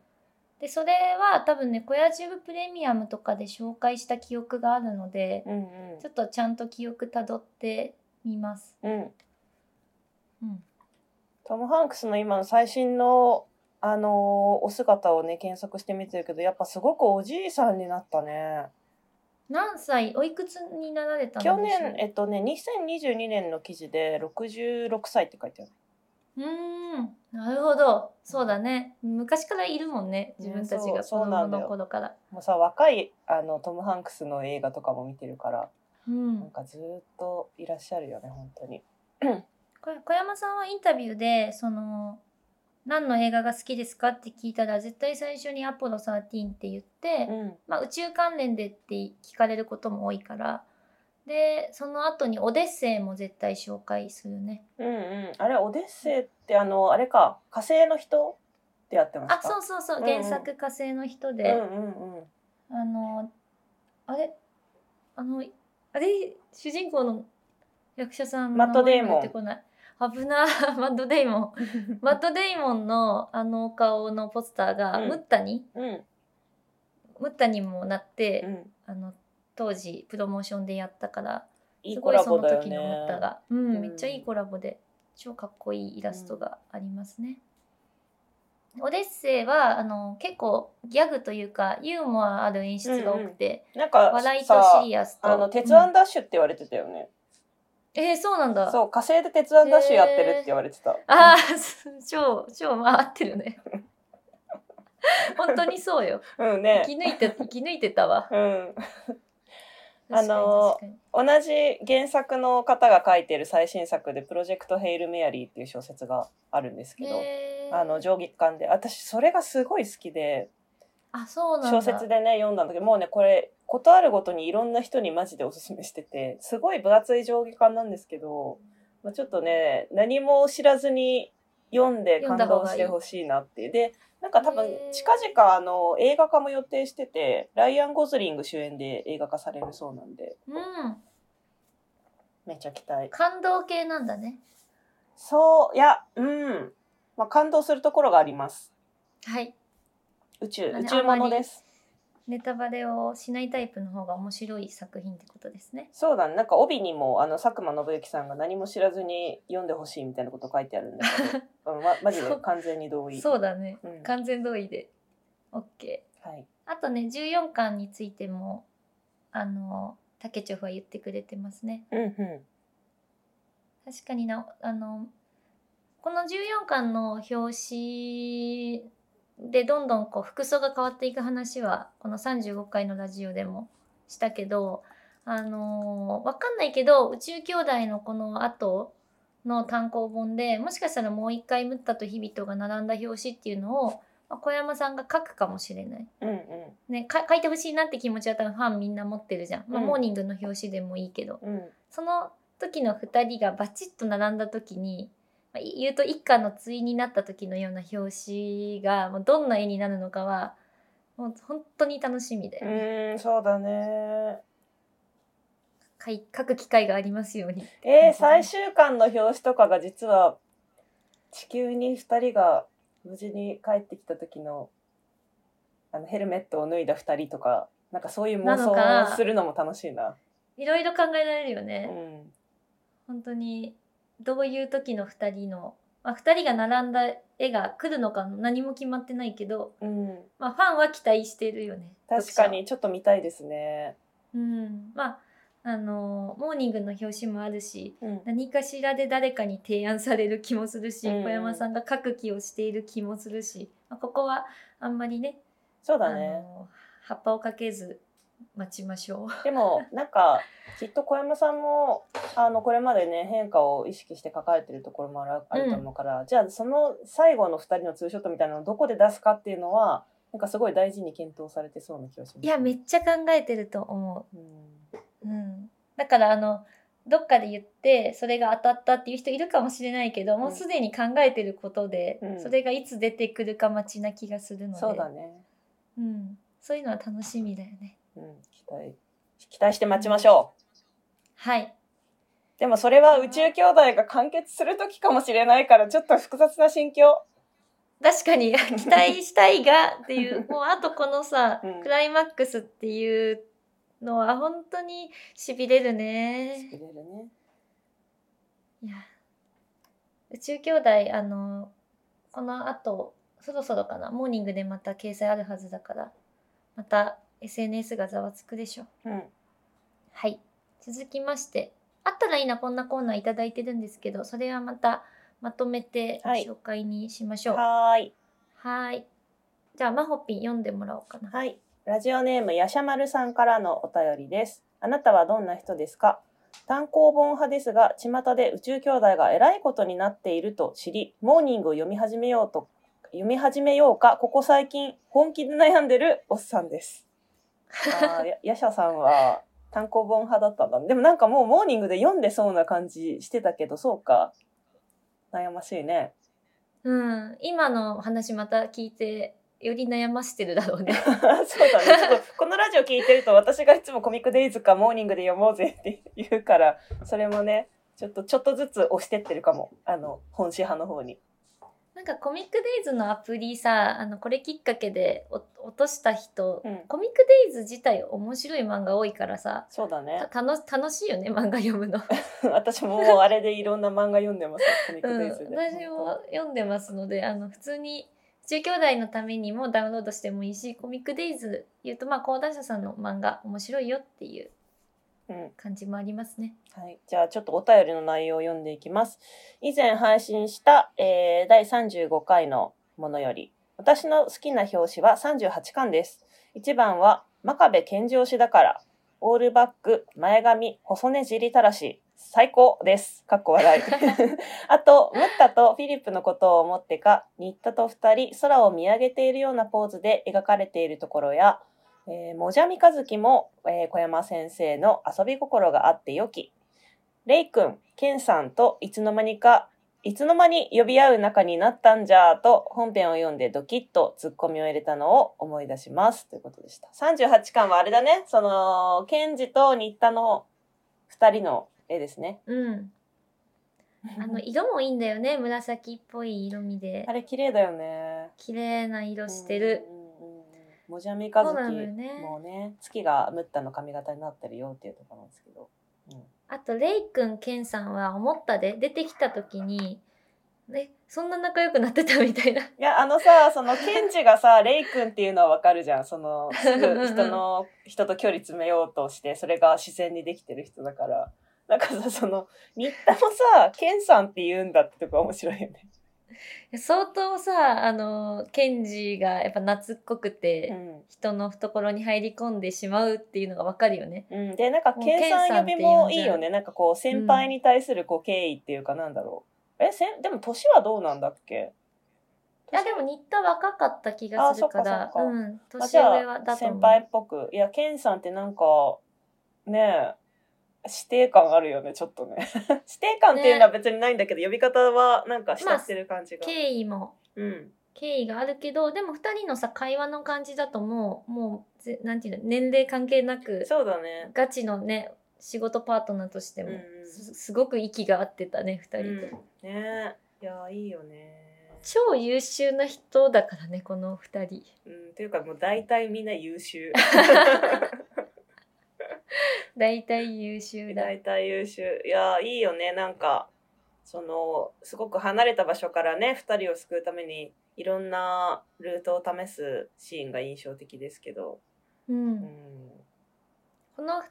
Speaker 1: でそれは多分ね「コヤジュブプレミアム」とかで紹介した記憶があるので、
Speaker 2: うんうん
Speaker 1: ちょ。っとちゃんと記憶たどって見ます。
Speaker 2: うん。
Speaker 1: うん。
Speaker 2: トム・ハンクスの今の最新の、あのーお姿をね、検索してみてるけど、やっぱすごくおじいさんになったね。
Speaker 1: 何歳、おいくつになられたんでしょ
Speaker 2: 去
Speaker 1: う
Speaker 2: 年、えっとね、2022年の記事で66歳って書いてある。
Speaker 1: うーん、なるほど。そうだね。昔からいるもんね。自分たち
Speaker 2: ね
Speaker 1: が
Speaker 2: そう
Speaker 1: 子
Speaker 2: そうな
Speaker 1: 供
Speaker 2: んだよ
Speaker 1: の頃から。
Speaker 2: もうさ、若い、あの、トム・ハンクスの映画とかも見てるから、
Speaker 1: う
Speaker 2: なん
Speaker 1: ん。
Speaker 2: かずーっといらっしゃるよね、本当に。
Speaker 1: こ小山さんはインタビューで、その、何の映画が好きですかって聞いたら、絶対最初にアポロ13って言って、
Speaker 2: うん。
Speaker 1: まあ宇宙関連でって聞かれることも多いから、で、その後にオデッセイも絶対紹介するね。
Speaker 2: うんうん。あれ、オデッセイって、あの、あれか、火星の人ってやってます
Speaker 1: あ、
Speaker 2: か
Speaker 1: そううそうそう、
Speaker 2: んうん
Speaker 1: 原作火星の人
Speaker 2: う
Speaker 1: で、
Speaker 2: んうん うん。
Speaker 1: あの、あれあの、あれ主人公の役者さん
Speaker 2: マットデイ
Speaker 1: 名前
Speaker 2: モン
Speaker 1: も出てこない。危な マットデイモン。マットデイモンのあのお顔のポスターが、
Speaker 2: うん
Speaker 1: ムッタに、
Speaker 2: うん。
Speaker 1: ムッタにもなって、
Speaker 2: うん。
Speaker 1: あの、当時プロモーションでやったから、
Speaker 2: いい
Speaker 1: す
Speaker 2: コ
Speaker 1: ごい
Speaker 2: ラ
Speaker 1: そ
Speaker 2: ボ
Speaker 1: の
Speaker 2: だよ
Speaker 1: 時
Speaker 2: ね
Speaker 1: のムッタが、うん、
Speaker 2: うん
Speaker 1: めっちゃいいコラボで、超かっこいいイラストがありますね。オデッセイはあの結構ギャグというかユーモアある演出が多くて、
Speaker 2: なんか
Speaker 1: 笑いと
Speaker 2: さ
Speaker 1: シリアスと。
Speaker 2: あの鉄
Speaker 1: う
Speaker 2: 腕
Speaker 1: ん
Speaker 2: ダッシュって言われてたよね、
Speaker 1: えーそうなんだ。
Speaker 2: そう火星で鉄腕ダッシュやってるって言われてた、
Speaker 1: ああ、 超、超回ってるね。 本当にそうよ。
Speaker 2: う
Speaker 1: 生
Speaker 2: んね
Speaker 1: き抜いて、生き抜いてたわ。
Speaker 2: うん
Speaker 1: 確か
Speaker 2: あ
Speaker 1: に
Speaker 2: の
Speaker 1: 確
Speaker 2: ー
Speaker 1: かに
Speaker 2: 同じ原作の方が書いてる最新作で「プロジェクト・ヘイル・メアリー」っていう小説があるんですけど、
Speaker 1: へー
Speaker 2: あの上下巻で私それがすごい好きで
Speaker 1: あ、そうなんだ。
Speaker 2: 小説でね読んだんだけどもうねこれことあるごとにいろんな人にマジでおすすめしててすごい分厚い上下巻なんですけど、まあ、ちょっとね何も知らずに読んで感動してほしいなっていうでなんか多分
Speaker 1: へー
Speaker 2: 近々あの映画化も予定しててライアン・ゴズリング主演で映画化されるそうなんで
Speaker 1: うん。
Speaker 2: めっちゃ期待
Speaker 1: 感動系なんだね。
Speaker 2: そういやうん、まあ、感動するところがあります
Speaker 1: はい。
Speaker 2: 宇宙
Speaker 1: まあ
Speaker 2: 宇
Speaker 1: ね
Speaker 2: 宙ものです
Speaker 1: ネタバレをしないタイプの方が面白い作品ってことですね。
Speaker 2: そうだね。なんか帯にもあの佐久間信之さんが何も知らずに読んでほしいみたいなこと書いてあるんだけ ど、うんま、マジで完全に同意。
Speaker 1: そうだね。
Speaker 2: うん
Speaker 1: 完全同意で。OK。
Speaker 2: はい。
Speaker 1: あとね、14巻についても、あの、タケチョフは言ってくれてますね。
Speaker 2: うんう
Speaker 1: 確かになあのこの14巻の表紙でどんどんこう服装が変わっていく話はこの35回のラジオでもしたけどあのわかんないけど宇宙兄弟のこの後の単行本でもしかしたらもう一回「ムッタとヒビト」が並んだ表紙っていうのをまあ小山さんが書くかもしれない。
Speaker 2: んうんう
Speaker 1: ね、か書いてほしいなって気持ちは多分ファンみんな持ってるじゃん、まあ
Speaker 2: うん
Speaker 1: モーニングの表紙でもいいけど、
Speaker 2: んうん。
Speaker 1: その時の2人がバチッと並んだ時にまあい言うと一家の対になった時のような表紙がもうどんな絵になるのかはもう本当に楽しみで、
Speaker 2: うーん、そうだね。
Speaker 1: かい書く機会がありますように。
Speaker 2: えー、最終巻の表紙とかが実は地球に二人が無事に帰ってきた時のあのヘルメットを脱いだ二人とか、なんかそういう妄想
Speaker 1: なの
Speaker 2: を
Speaker 1: か
Speaker 2: するのも楽しいな。
Speaker 1: いろいろ考えられるよ
Speaker 2: う
Speaker 1: ね。
Speaker 2: ん。
Speaker 1: 本当にどういう時の2人の、まあ、2人が並んだ絵が来るのか何も決まってないけど、
Speaker 2: うん。
Speaker 1: まあ、ファンは期待してるよね。
Speaker 2: 確か
Speaker 1: 読者は
Speaker 2: にちょっと見たいですね。
Speaker 1: うん、まああのモーニングの表紙もあるし
Speaker 2: うん。
Speaker 1: 何かしらで誰かに提案される気もするし、
Speaker 2: うん
Speaker 1: 小山さんが書く気をしている気もするし、まあ、ここはあんまりね
Speaker 2: そうだ
Speaker 1: あ
Speaker 2: ね。
Speaker 1: の葉っぱをかけず待ちまし ょう。
Speaker 2: でもなんかきっと小山さんもあのこれまでね変化を意識して書かれてるところもあるあると思うから、じゃあその最後の2人のツーショットみたいなのをどこで出すかっていうのはなんかすごい大事に検討されてそうな気がします。
Speaker 1: いやめっちゃ考えてると思
Speaker 2: うん
Speaker 1: う。うん、だからあのどっかで言ってそれが当たったっていう人いるかもしれないけど、もうすでに考えてることで、
Speaker 2: うん
Speaker 1: それがいつ出てくるか待ちな気がするので
Speaker 2: そうだね、
Speaker 1: うん、そういうのは楽しみだよね。
Speaker 2: うん、期待期待して待ちましょう
Speaker 1: はい
Speaker 2: でもそれは宇宙兄弟が完結する時かもしれないからちょっと複雑な心境
Speaker 1: 確か に期待したいがっていうもうあとこのさ、
Speaker 2: うん
Speaker 1: クライマックスっていうのは本当にしびれるね
Speaker 2: れるね
Speaker 1: いや宇宙兄弟あのこのあとそろそろかなモーニングでまた掲載あるはずだからまた SNS がざわつくでしょう
Speaker 2: うん。
Speaker 1: はい続きましてあったらいいなこんなコーナーいただいてるんですけどそれはまたまとめて
Speaker 2: はい
Speaker 1: 紹介にしましょうは
Speaker 2: はーい。
Speaker 1: ーいじゃあまほぴん読んでもらおうかな
Speaker 2: はい。ラジオネームやしゃまるさんからのお便りです。あなたはどんな人ですか単行本派ですが、巷で宇宙兄弟がえらいことになっていると知り、モーニングを読み始めようと、読み始めようか、ここ最近本気で悩んでるおっさんです。あーややしゃさんは単行本派だったんだ。でもなんかもうモーニングで読んでそうな感じしてたけど、そうか。悩ましいね。
Speaker 1: うん今の話また聞いてより悩ましてるだろ うね
Speaker 2: そうだね。ちょっとこのラジオ聞いてると私がいつもコミックデイズかモーニングで読もうぜって言うから、それもね、ちょっとちょっとずつ押してってるかも。あの、本誌派の方に。
Speaker 1: なんかコミックデイズのアプリさあのこれきっかけでお落とした人、
Speaker 2: うん
Speaker 1: コミックデイズ自体面白い漫画多いからさ
Speaker 2: そうだね。
Speaker 1: た楽楽しいよね漫画読むの、
Speaker 2: 私ももうあれでいろんな漫画読んでます。コミッ
Speaker 1: う
Speaker 2: ク
Speaker 1: ん
Speaker 2: デイズで。
Speaker 1: 私も読んでますのであの普通に中兄弟のためにもダウンロードしてもいいしコミックデイズ言うとまあ講談社さんの漫画面白いよっていう
Speaker 2: うん。
Speaker 1: 感じもありますね
Speaker 2: はい。じゃあちょっとお便りの内容を読んでいきます。以前配信した、えー、第35回のものより、私の好きな表紙は38巻です。1番は、真壁健二推しだから、オールバック、前髪、細ねじりたらし、最高です。かっこ笑い。あと、ムッタとフィリップのことを思ってか、新田と二人、空を見上げているようなポーズで描かれているところや、えー、もじゃみかずきも、えー小山先生の遊び心があって良き、レイ君、ケンさんといつの間にか、いつの間に呼び合う仲になったんじゃーと本編を読んでドキッとツッコミを入れたのを思い出しますということでした。38巻はあれだね、その、ケンジと新田の2人の絵ですね。
Speaker 1: うんあの色もいいんだよね紫っぽい色味で
Speaker 2: あれ綺麗だよね。
Speaker 1: 綺麗な色してる
Speaker 2: うんうんうんうん。もじゃみかずき
Speaker 1: そうなのよね
Speaker 2: もうね、月がムッタの髪型になってるよっていうところなんですけど。うん
Speaker 1: あとレイくんケンさんは思ったで出てきた時にねそんな仲良くなってたみたいな
Speaker 2: いや、あのさ、その、ケンジが さ、レイ君っていうのはわかるじゃん。その、す ぐ人の、人と距離詰めようとして、それが自然にできてる人だから。なんかさ、その、新田もさ、ケンさんって言うんだってとこ面白いよね。
Speaker 1: 相当さあのケンジがやっぱ夏っこくて、
Speaker 2: うん。
Speaker 1: 人の懐に入り込んでしまうっていうのがわかるよね。
Speaker 2: うん、で、なんか、
Speaker 1: もう
Speaker 2: ケンさん呼びもいいよね。なんかこう、先輩に対するこう、敬意っていうかなんだろう。え、せん、でも年はどうなんだっけ
Speaker 1: いやでも新田若かった気がするから、
Speaker 2: あそっかそっか
Speaker 1: うん、
Speaker 2: まあ
Speaker 1: 年
Speaker 2: じゃあ
Speaker 1: 上はだと思う。
Speaker 2: 先輩っぽく。いや、ケンさんってなんか、ねえ、指定感あるよね、ちょっとね。 指定感っていうのは別にないんだけど、呼び方はなんか慕ってる感じが。
Speaker 1: 敬意も
Speaker 2: うん。
Speaker 1: 敬意があるけど、でも二人のさ会話の感じだともうもうぜなんていうの年齢関係なく
Speaker 2: そうだね。
Speaker 1: ガチのね仕事パートナーとしても、
Speaker 2: うんうん
Speaker 1: すすごく息が合ってたね二
Speaker 2: う
Speaker 1: 人と、
Speaker 2: ん、ねえ。いや、いいよね。
Speaker 1: 超優秀な人だからねこの二人。
Speaker 2: うん、というかもう大体みんな 優秀。
Speaker 1: 大体優秀だ。
Speaker 2: 大体優秀。いや、いいよね、なんか。そのすごく離れた場所からね2人を救うためにいろんなルートを試すシーンが印象的ですけど、
Speaker 1: うん
Speaker 2: うん、
Speaker 1: この2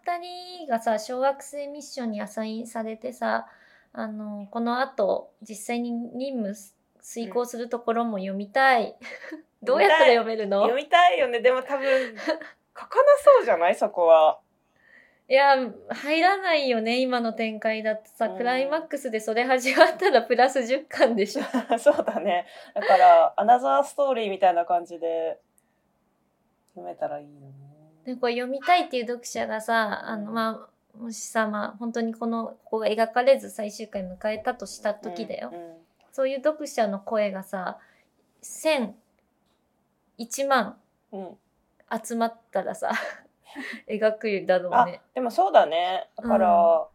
Speaker 1: 人がさ小学生ミッションにアサインされてさあのこのあと実際に任務す遂行するところも読みたい、どうやったら読めるの
Speaker 2: 読みたいよねでも多分書かなそうじゃないそこはい
Speaker 1: や入らないよね今の展開だとさ、
Speaker 2: うん
Speaker 1: クライマックスでそれ始まったらプラス10巻でしょ
Speaker 2: そうだねだからアナザーストーリーみたいな感じで読めたらいいよね
Speaker 1: でこれ読みたいっていう読者がさあのまあもしさまあ本当にこのここが描かれず最終回迎えたとした時だよ、
Speaker 2: うんうん
Speaker 1: そういう読者の声がさ1000 1万
Speaker 2: うん
Speaker 1: 集まったら さ描くだろうね。
Speaker 2: でもそうだねだから、
Speaker 1: う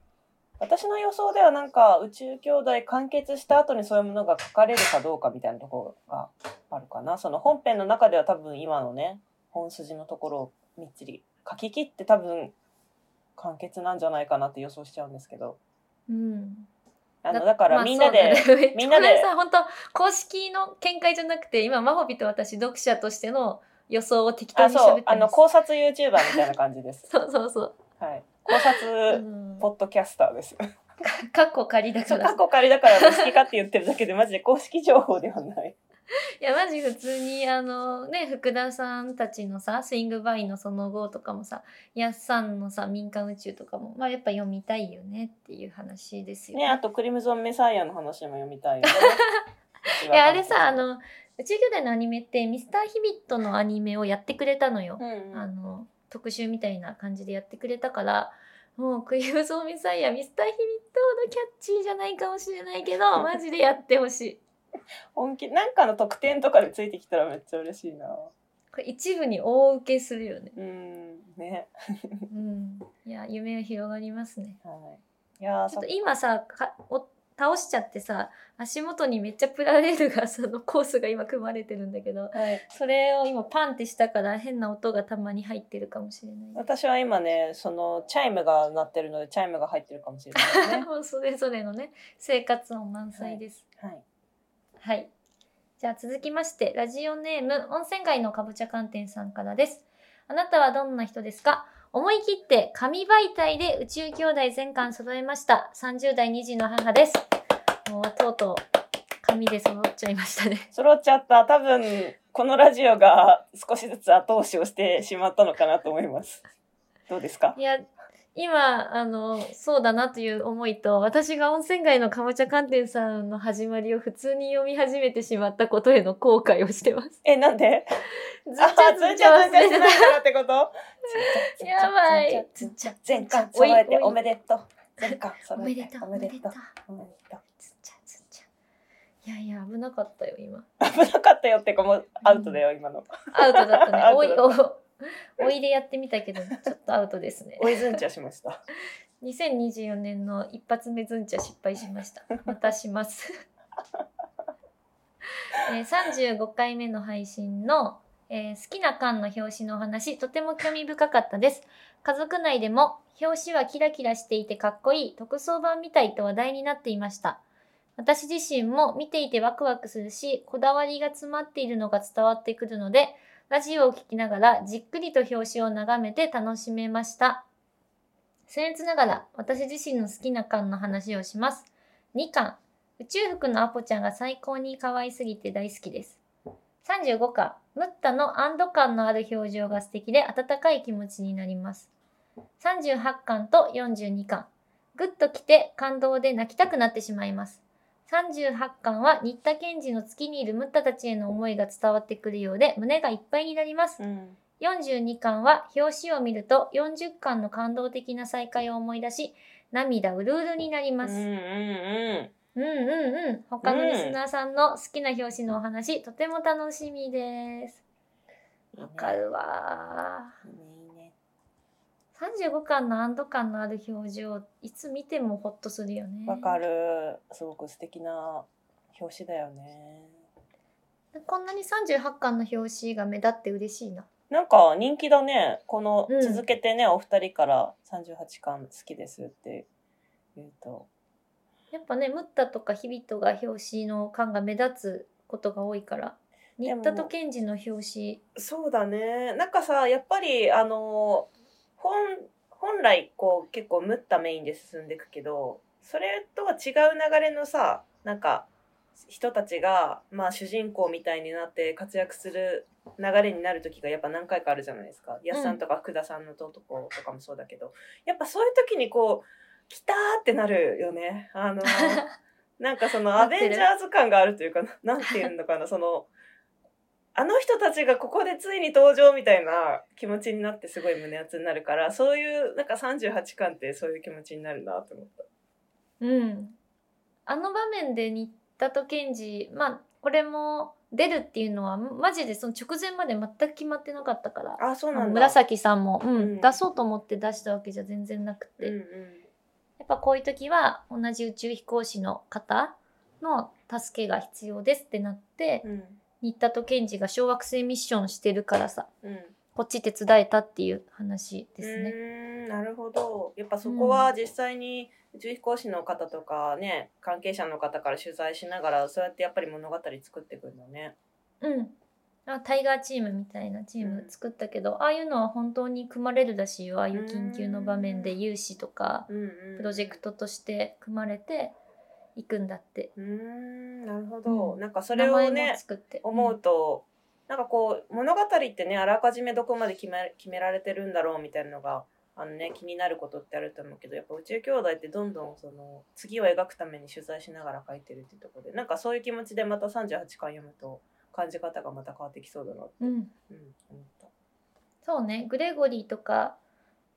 Speaker 2: 私の予想ではなんか宇宙兄弟完結した後にそういうものが書かれるかどうかみたいなところがあるかなその本編の中では多分今のね本筋のところをみっちり書き切って多分完結なんじゃないかなって予想しちゃうんですけど
Speaker 1: うん、
Speaker 2: あの、だからみんなで、
Speaker 1: み
Speaker 2: み ん
Speaker 1: ん
Speaker 2: な
Speaker 1: な
Speaker 2: で
Speaker 1: で。これさ、本当公式の見解じゃなくて、今、マホビと私、読者としての予想を適当
Speaker 2: あ、
Speaker 1: に喋
Speaker 2: そ
Speaker 1: っ
Speaker 2: う
Speaker 1: て、
Speaker 2: あの、
Speaker 1: ます。
Speaker 2: 考察 YouTuber みたいな感じです。
Speaker 1: そうそうそう。
Speaker 2: はい。考察、
Speaker 1: うん
Speaker 2: ポッドキャスターです。
Speaker 1: かっこ仮だ
Speaker 2: そ
Speaker 1: か
Speaker 2: う、
Speaker 1: ら
Speaker 2: 過。去仮だから好きかって言ってるだけで、マジで公式情報ではない。
Speaker 1: いやマジ普通にあのね福田さんたちのさスイングバインのその後とかもさやっさんのさ民間宇宙とかもまあやっぱ読みたいよねっていう話ですよ
Speaker 2: ね、あと、クリムゾンメサイアの話も読 みたいよね。
Speaker 1: いやあれさあ、の宇宙兄弟のアニメってミスターヒビットのアニメをやってくれたのよ
Speaker 2: う、ん、
Speaker 1: あの特集みたいな感じでやってくれたからもうクリムゾンミサイアミスターヒビットのキャッチーじゃないかもしれないけ どマジでやってほしい
Speaker 2: 本気、なんかの特典とかでついてきたらめっちゃ嬉しいな。
Speaker 1: これ一部に大受けするよね
Speaker 2: うん、ね。
Speaker 1: うんいや夢が広がりますね
Speaker 2: はい。いやー
Speaker 1: ちょっ
Speaker 2: そ
Speaker 1: と今さかお倒しちゃってさ足元にめっちゃプラレールがそのコースが今組まれてるんだけど
Speaker 2: はい。
Speaker 1: それを今パンってしたから変な音がたまに入ってるかもしれない、
Speaker 2: 私は今ね、その、チャイムが鳴ってるので、チャイムが入ってるかもしれないです ね。
Speaker 1: もうそれぞれのね生活音満載です
Speaker 2: はい。
Speaker 1: はい、じゃあ続きましてラジオネーム温泉街のかぼちゃ寒天さんからですあなたはどんな人ですか思い切って紙媒体で宇宙兄弟全巻揃えました30代2児の母ですもうとうとう紙で揃っちゃいましたね
Speaker 2: 揃っちゃった。多分、このラジオが少しずつ後押しをしてしまったのかなと思います。どうですか
Speaker 1: いや、今、あの、そうだなという思いと、私が温泉街のかぼちゃ寒天さんの始まりを普通に読み始めてしまったことへの後悔をしてます。
Speaker 2: え、なんで
Speaker 1: ずっ
Speaker 2: あ、ずんちゃずんちゃしてないか らってこと
Speaker 1: やばい。
Speaker 2: ず
Speaker 1: ず
Speaker 2: ん
Speaker 1: っちゃ。
Speaker 2: 全巻揃えて
Speaker 1: おいおい
Speaker 2: おめでとう。全巻
Speaker 1: お
Speaker 2: 揃え
Speaker 1: めでと
Speaker 2: て
Speaker 1: う。
Speaker 2: お
Speaker 1: お
Speaker 2: め
Speaker 1: め
Speaker 2: で
Speaker 1: で
Speaker 2: と
Speaker 1: とう
Speaker 2: う。。おめでとう。
Speaker 1: ずっちゃ、ずっちゃ。いやいや、危なかったよ、今。
Speaker 2: 危なかったよってかもうアウトだよ、今の。。
Speaker 1: アウトだったね
Speaker 2: アウ
Speaker 1: おい
Speaker 2: ト、
Speaker 1: お、お いでやってみたけど、ちょっとアウトですね。
Speaker 2: おいずんちゃしました。
Speaker 1: 2024年の一発目ずんちゃ失敗しました。またします。 えー、35回目の配信の、えー好きな缶の表紙のお話、とても興味深かったです。家族内でも、表紙はキラキラしていてかっこいい、特装版みたいと話題になっていました。私自身も見ていてワクワクするし、こだわりが詰まっているのが伝わってくるので、ラジオを聞きながらじっくりと表紙を眺めて楽しめました。僭越ながら私自身の好きな巻の話をします。2巻、宇宙服のアポちゃんが最高に可愛すぎて大好きです。35巻、ムッタの安堵感のある表情が素敵で温かい気持ちになります。38巻と42巻、ぐっと来て感動で泣きたくなってしまいます。38巻は新田健二の月にいるムッタたちへの思いが伝わってくるようで胸がいっぱいになります。
Speaker 2: うん。
Speaker 1: 42巻は表紙を見ると40巻の感動的な再会を思い出し涙うるうるになり
Speaker 2: う
Speaker 1: ま
Speaker 2: んうん
Speaker 1: す、
Speaker 2: うん。
Speaker 1: うんうんうん他のリスナーさんの好きな表紙のお話、とても楽しみですわかるわ
Speaker 2: いいね。
Speaker 1: ー35巻の安堵感のある表情いつ見てもホッとするよね
Speaker 2: わかる。すごく素敵な表紙だよね。
Speaker 1: こんなに38巻の表紙が目立って嬉しいな
Speaker 2: なんか人気だね。この
Speaker 1: うん
Speaker 2: 続けてね、お二人から38巻好きですって言うと。
Speaker 1: やっぱねムッタとかヒビトが表紙の感が目立つことが多いから
Speaker 2: で
Speaker 1: 新
Speaker 2: も
Speaker 1: 田とケンジの表紙
Speaker 2: そうだね。なんかさ、やっぱりあの、本、本来こう結構ムったメインで進んでいくけど、それとは違う流れのさ、なんか人たちが、まあ主人公みたいになって活躍する流れになる時がやっぱ何回かあるじゃないですか。やっさんとか福田さんのとことかもそうだけど、やっぱそういう時にこう、来たーってなるよね。 あの、なんかその
Speaker 1: な
Speaker 2: ア
Speaker 1: ってる
Speaker 2: ベンジャーズ感があるというかな、なんていうのかな、その、あの人たちがここでついに登場みたいな気持ちになってすごい胸熱になるから、そういう、なんか38巻ってそういう気持ちになるなと思った。
Speaker 1: うん、あの場面で新田と健二まあこれも出るっていうのはマジでその直前まで全く決まってなかったから
Speaker 2: あ、そう
Speaker 1: あ
Speaker 2: な
Speaker 1: の
Speaker 2: んだ。。
Speaker 1: 紫さんも、うん
Speaker 2: うん
Speaker 1: 出そうと思って出したわけじゃ全然なくて、
Speaker 2: うんう
Speaker 1: や
Speaker 2: ん。
Speaker 1: っぱこういう時は同じ宇宙飛行士の方の助けが必要ですってなって、
Speaker 2: うん。
Speaker 1: 新田と健二が小惑星ミッションしてるからさ
Speaker 2: うん。
Speaker 1: こっち手伝えたっていう話ですね。
Speaker 2: うんなるほどやっぱそこは実際に宇宙飛行士の方とかね関係者の方から取材しながらそうやってやっぱり物語作っていくんだね。
Speaker 1: うんあタイガーチームみたいなチーム作ったけど、ああいうのは本当に組まれるらしいよああいう緊急の場面で有志とか
Speaker 2: うんうん、
Speaker 1: プロジェクトとして組まれていくんだって
Speaker 2: うーんなるほど、
Speaker 1: うん
Speaker 2: なんかそ
Speaker 1: そ
Speaker 2: れを
Speaker 1: 名前も
Speaker 2: ね
Speaker 1: 作って
Speaker 2: 思うと、なんかこう物語ってねあらかじめどこまで決め決められてるんだろうみたいなのがあの、ね、気になることってあると思うけどやっぱ宇宙兄弟ってどんどんその次を描くために取材しながら書いてるっていうところでなんかそういう気持ちでまた38巻読むと感じ方がまた変わってきそうだなって、
Speaker 1: うん、うん
Speaker 2: うん思った。
Speaker 1: そうねグレゴリーとか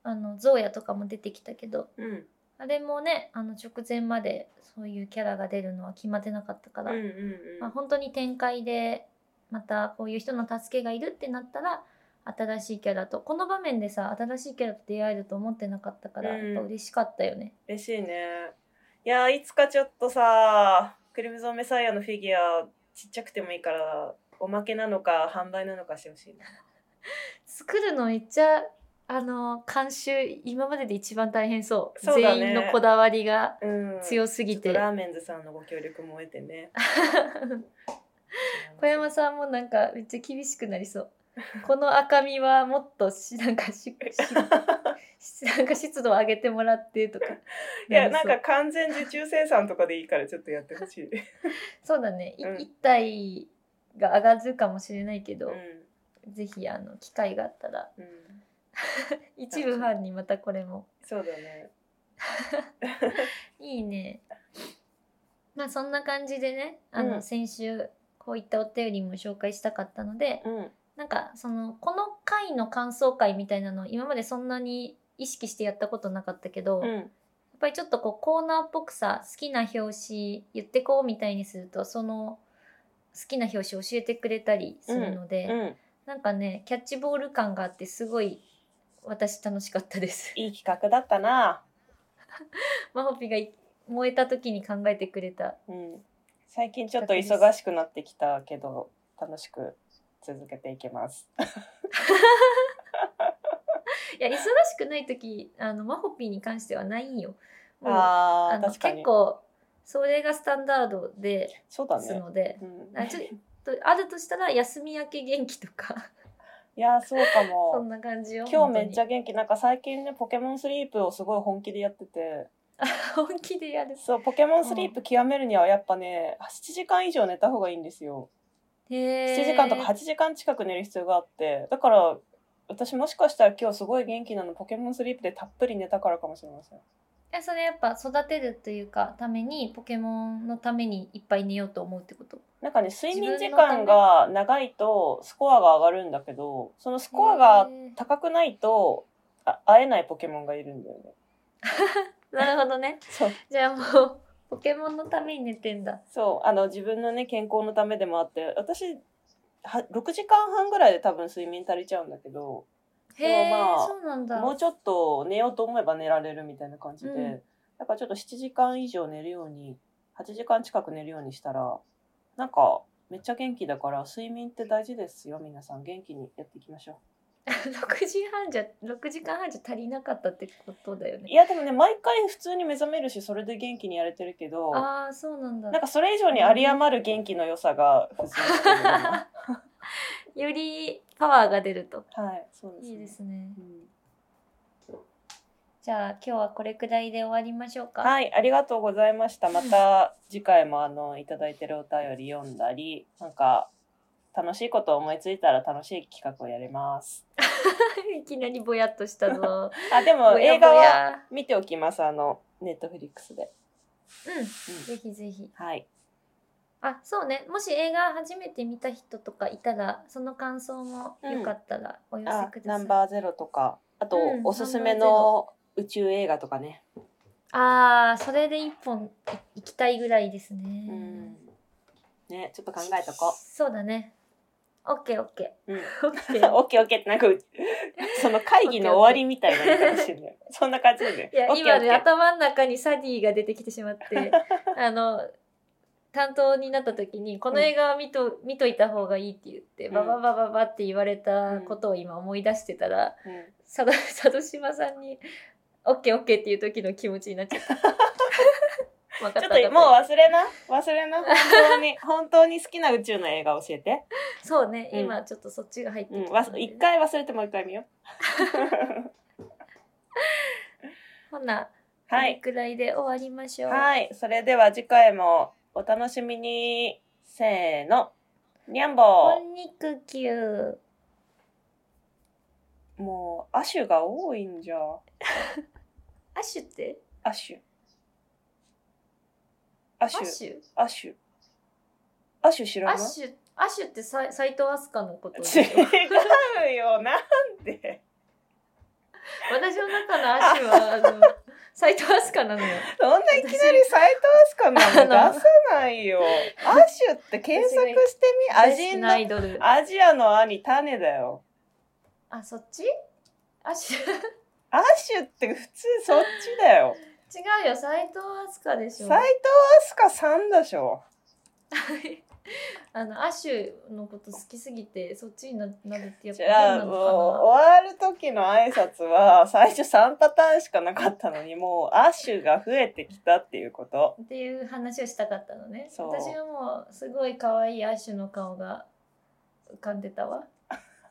Speaker 1: あのゾーヤとかも出てきたけど
Speaker 2: うん
Speaker 1: あれもねあの直前までそういうキャラが出るのは決まってなかったから、
Speaker 2: うんうんうん
Speaker 1: まあ、本当に展開でまたこういう人の助けがいるってなったら新しいキャラとこの場面でさ新しいキャラと出会えると思ってなかったから、
Speaker 2: うん
Speaker 1: やっぱ嬉しかったよね。
Speaker 2: 嬉しいねいやーいつかちょっとさクリムゾン・メサイアのフィギュアちっちゃくてもいいからおまけなのか販売なのかしてほしいな
Speaker 1: 作るのめっちゃあの監修今までで一番大変そう
Speaker 2: そうだね
Speaker 1: 全員のこだわりが
Speaker 2: うん
Speaker 1: 強すぎて
Speaker 2: ちょっとラーメンズさんのご協力も得 てね
Speaker 1: 小山さんもなんかめっちゃ厳しくなり そう。この赤みはもっとしなんかし しなんか湿度を上げてもらってとか
Speaker 2: いや
Speaker 1: り
Speaker 2: なん
Speaker 1: そう
Speaker 2: か完全受注生産とかでいいからちょっとやってほ しい、
Speaker 1: そうだね、い
Speaker 2: うん
Speaker 1: 一体が上がるかもしれないけ
Speaker 2: う
Speaker 1: ど、
Speaker 2: ん
Speaker 1: ぜひあの機会があったら
Speaker 2: うん、
Speaker 1: 一部ファンにまたこれも
Speaker 2: そうだね
Speaker 1: いいねまあそんな感じでねあの、
Speaker 2: うん
Speaker 1: 先週こういったお便りも紹介したかったので
Speaker 2: うん
Speaker 1: なんかそのこの回の感想会みたいなの今までそんなに意識してやったことなかったけど、
Speaker 2: う
Speaker 1: やっ
Speaker 2: ん
Speaker 1: ぱりちょっとこうコーナーっぽくさ好きな表紙言ってこうみたいにするとその好きな表紙教えてくれたりするので、
Speaker 2: うん
Speaker 1: なんかねキャッチボール感があってすごい私楽しかったです。
Speaker 2: いい企画だったな
Speaker 1: マホピがい燃えた時に考えてくれた。
Speaker 2: うん最近ちょっと忙しくなってきたけど楽しく続けていけます
Speaker 1: いや忙しくない時あのマホピに関してはないんよ。もう
Speaker 2: あ
Speaker 1: あ
Speaker 2: あ
Speaker 1: の
Speaker 2: 確かに
Speaker 1: 結構それがスタンダードで
Speaker 2: そうだ
Speaker 1: す
Speaker 2: ね、
Speaker 1: ので、
Speaker 2: うん、
Speaker 1: あちょっとあるとしたら休み明け元気とか
Speaker 2: いやーそうか
Speaker 1: そん
Speaker 2: も
Speaker 1: な感じよ。
Speaker 2: 今日めっちゃ
Speaker 1: 本
Speaker 2: 元気なんか最近ねポケモンスリープをすごい本気でやってて
Speaker 1: 当に本気でや る。
Speaker 2: そうポケモンスリープ極めるにはやっぱね7時間以上寝た方がいいんですよ7
Speaker 1: 7
Speaker 2: 時間とか8時間近く寝る必要があってだから私もしかしたら今日すごい元気なのポケモンスリープでたっぷり寝たからかもしれません
Speaker 1: いやそれやっぱ育てるというかためにポケモンのためにいっぱい寝ようと思うってこと
Speaker 2: なんかね睡眠時
Speaker 1: 自分のため
Speaker 2: 間が長いとスコアが上がるんだけどそのスコアが
Speaker 1: へー
Speaker 2: 高くないとあ会えないポケモンがいるんだよね
Speaker 1: なるほどね
Speaker 2: そう
Speaker 1: じゃあもうポケモンのために寝てんだ
Speaker 2: そうあの自分のね健康のためでもあって私は6時間半ぐらいで多分睡眠足りちゃうんだけど
Speaker 1: へ
Speaker 2: で
Speaker 1: え、
Speaker 2: もまあ
Speaker 1: そうなんだ
Speaker 2: もうちょっと寝ようと思えば寝られるみたいな感じで、
Speaker 1: うん
Speaker 2: だからちょっと7時間以上寝るように8時間近く寝るようにしたらなんかめっちゃ元気だから睡眠って大事ですよ皆さん元気にやっていきましょ
Speaker 1: 6時半じゃ6時間半じゃ足りなかったってことだよ
Speaker 2: う
Speaker 1: ね
Speaker 2: いやでもね毎回普通に目覚めるしそれで元気にやれてるけど
Speaker 1: ああそうなんだ
Speaker 2: なんかそれ以上に有り余る元気の良さが普通に出てるよね
Speaker 1: よりパワーが出ると
Speaker 2: はいそうですね
Speaker 1: いいですね
Speaker 2: うん
Speaker 1: じゃあ今日はこれくらいで終わりましょうかい、
Speaker 2: はい、ありがとうござい ました。また次回もあのいただいてるお便り読んだり、なんか楽しいことを思いついたら楽しい企画をやります。
Speaker 1: いきなりぼやっとした ぞ
Speaker 2: あ、でも
Speaker 1: ぼや
Speaker 2: 映
Speaker 1: ぼ
Speaker 2: 画は
Speaker 1: や
Speaker 2: 見ておきます。あのネットフリックスで。
Speaker 1: うんぜひぜひ
Speaker 2: はい。
Speaker 1: あそうねもし映画初めて見た人とかいたらその感想もよかったらお寄せ
Speaker 2: あ
Speaker 1: く、だ
Speaker 2: ナ
Speaker 1: さい、
Speaker 2: ンバーゼロとか、あと、
Speaker 1: うん
Speaker 2: おすすめの宇宙映画とかね。
Speaker 1: ああそれで一本い行きたいぐらいですね、
Speaker 2: うん。ね、ちょっと考えとこ
Speaker 1: そうだねオッケーオッケ
Speaker 2: う。うん。
Speaker 1: ーオッケー
Speaker 2: オッケーオッケーってなんかうその会議の終わりみたいな言い方し てるねそんな感じで
Speaker 1: いや
Speaker 2: オッケー
Speaker 1: 今
Speaker 2: オッケ
Speaker 1: ね
Speaker 2: ー
Speaker 1: 頭の中にサディが出てきてしまってあの担当になった時に、この映画は見と、見といた方がいいって言って、
Speaker 2: うん
Speaker 1: バババババって言われたことを今思い出してたら、佐渡佐渡島さんに、オッケーオッケーっていう時の気持ちになっちゃった。わか
Speaker 2: ちょ
Speaker 1: た
Speaker 2: っともう忘れな忘れ な本当に本当に好きな宇宙の映画教えて、
Speaker 1: そうね、
Speaker 2: うん
Speaker 1: 今ちょっとそっちが入って
Speaker 2: うん、
Speaker 1: きた
Speaker 2: わ
Speaker 1: ので
Speaker 2: 一回忘れてもう一回見よう
Speaker 1: ほな、こ
Speaker 2: は
Speaker 1: れ
Speaker 2: い
Speaker 1: くらいで終わりましょう。
Speaker 2: はいそれでは次回もお楽しみにせーのにゃんぼ
Speaker 1: こんにくきゅう。
Speaker 2: ーもうアシュが多いんじゃ
Speaker 1: アッシュって
Speaker 2: アシュア
Speaker 1: ア
Speaker 2: シ
Speaker 1: ッ
Speaker 2: ュ
Speaker 1: シュ
Speaker 2: アシュアシュ知ら
Speaker 1: ア
Speaker 2: ない
Speaker 1: ッシュアッシュってさ斎藤飛鳥のことでしょ
Speaker 2: 違うよなんで
Speaker 1: 私の中のアッシュは あの斎藤飛鳥なのよ
Speaker 2: そんないきなり斎藤飛鳥なん
Speaker 1: あの
Speaker 2: か出さないよ。アッシュって検索してみ、ア
Speaker 1: 大
Speaker 2: ジ
Speaker 1: 好き
Speaker 2: ン
Speaker 1: なア
Speaker 2: の、
Speaker 1: イドルあ
Speaker 2: アジアの兄種だよ。
Speaker 1: そっちアッシュ
Speaker 2: アッシュって普通そっちだよ。
Speaker 1: 違うよ斎藤飛鳥でしょ
Speaker 2: 斎藤飛鳥さんだしょ。
Speaker 1: あのアッシュのこと好きすぎてそっちにななるってやっぱ
Speaker 2: じゃ
Speaker 1: な
Speaker 2: あ
Speaker 1: の
Speaker 2: もう
Speaker 1: か
Speaker 2: 終わる時の挨拶は最初3パターンしかなかったのにもうアッシュが増えてきたっていうこと。
Speaker 1: なっていう話をしたかったのね
Speaker 2: そう
Speaker 1: 私はもうすごい可愛いアッシュの顔が浮かんでた わ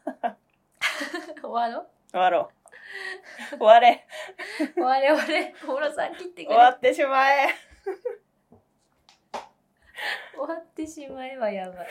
Speaker 1: 終わろう
Speaker 2: 終わろう。終われ。
Speaker 1: 終われ終われ小室さん切ってく
Speaker 2: 終
Speaker 1: れ
Speaker 2: わってしまえ。
Speaker 1: 終わってしまえばやばい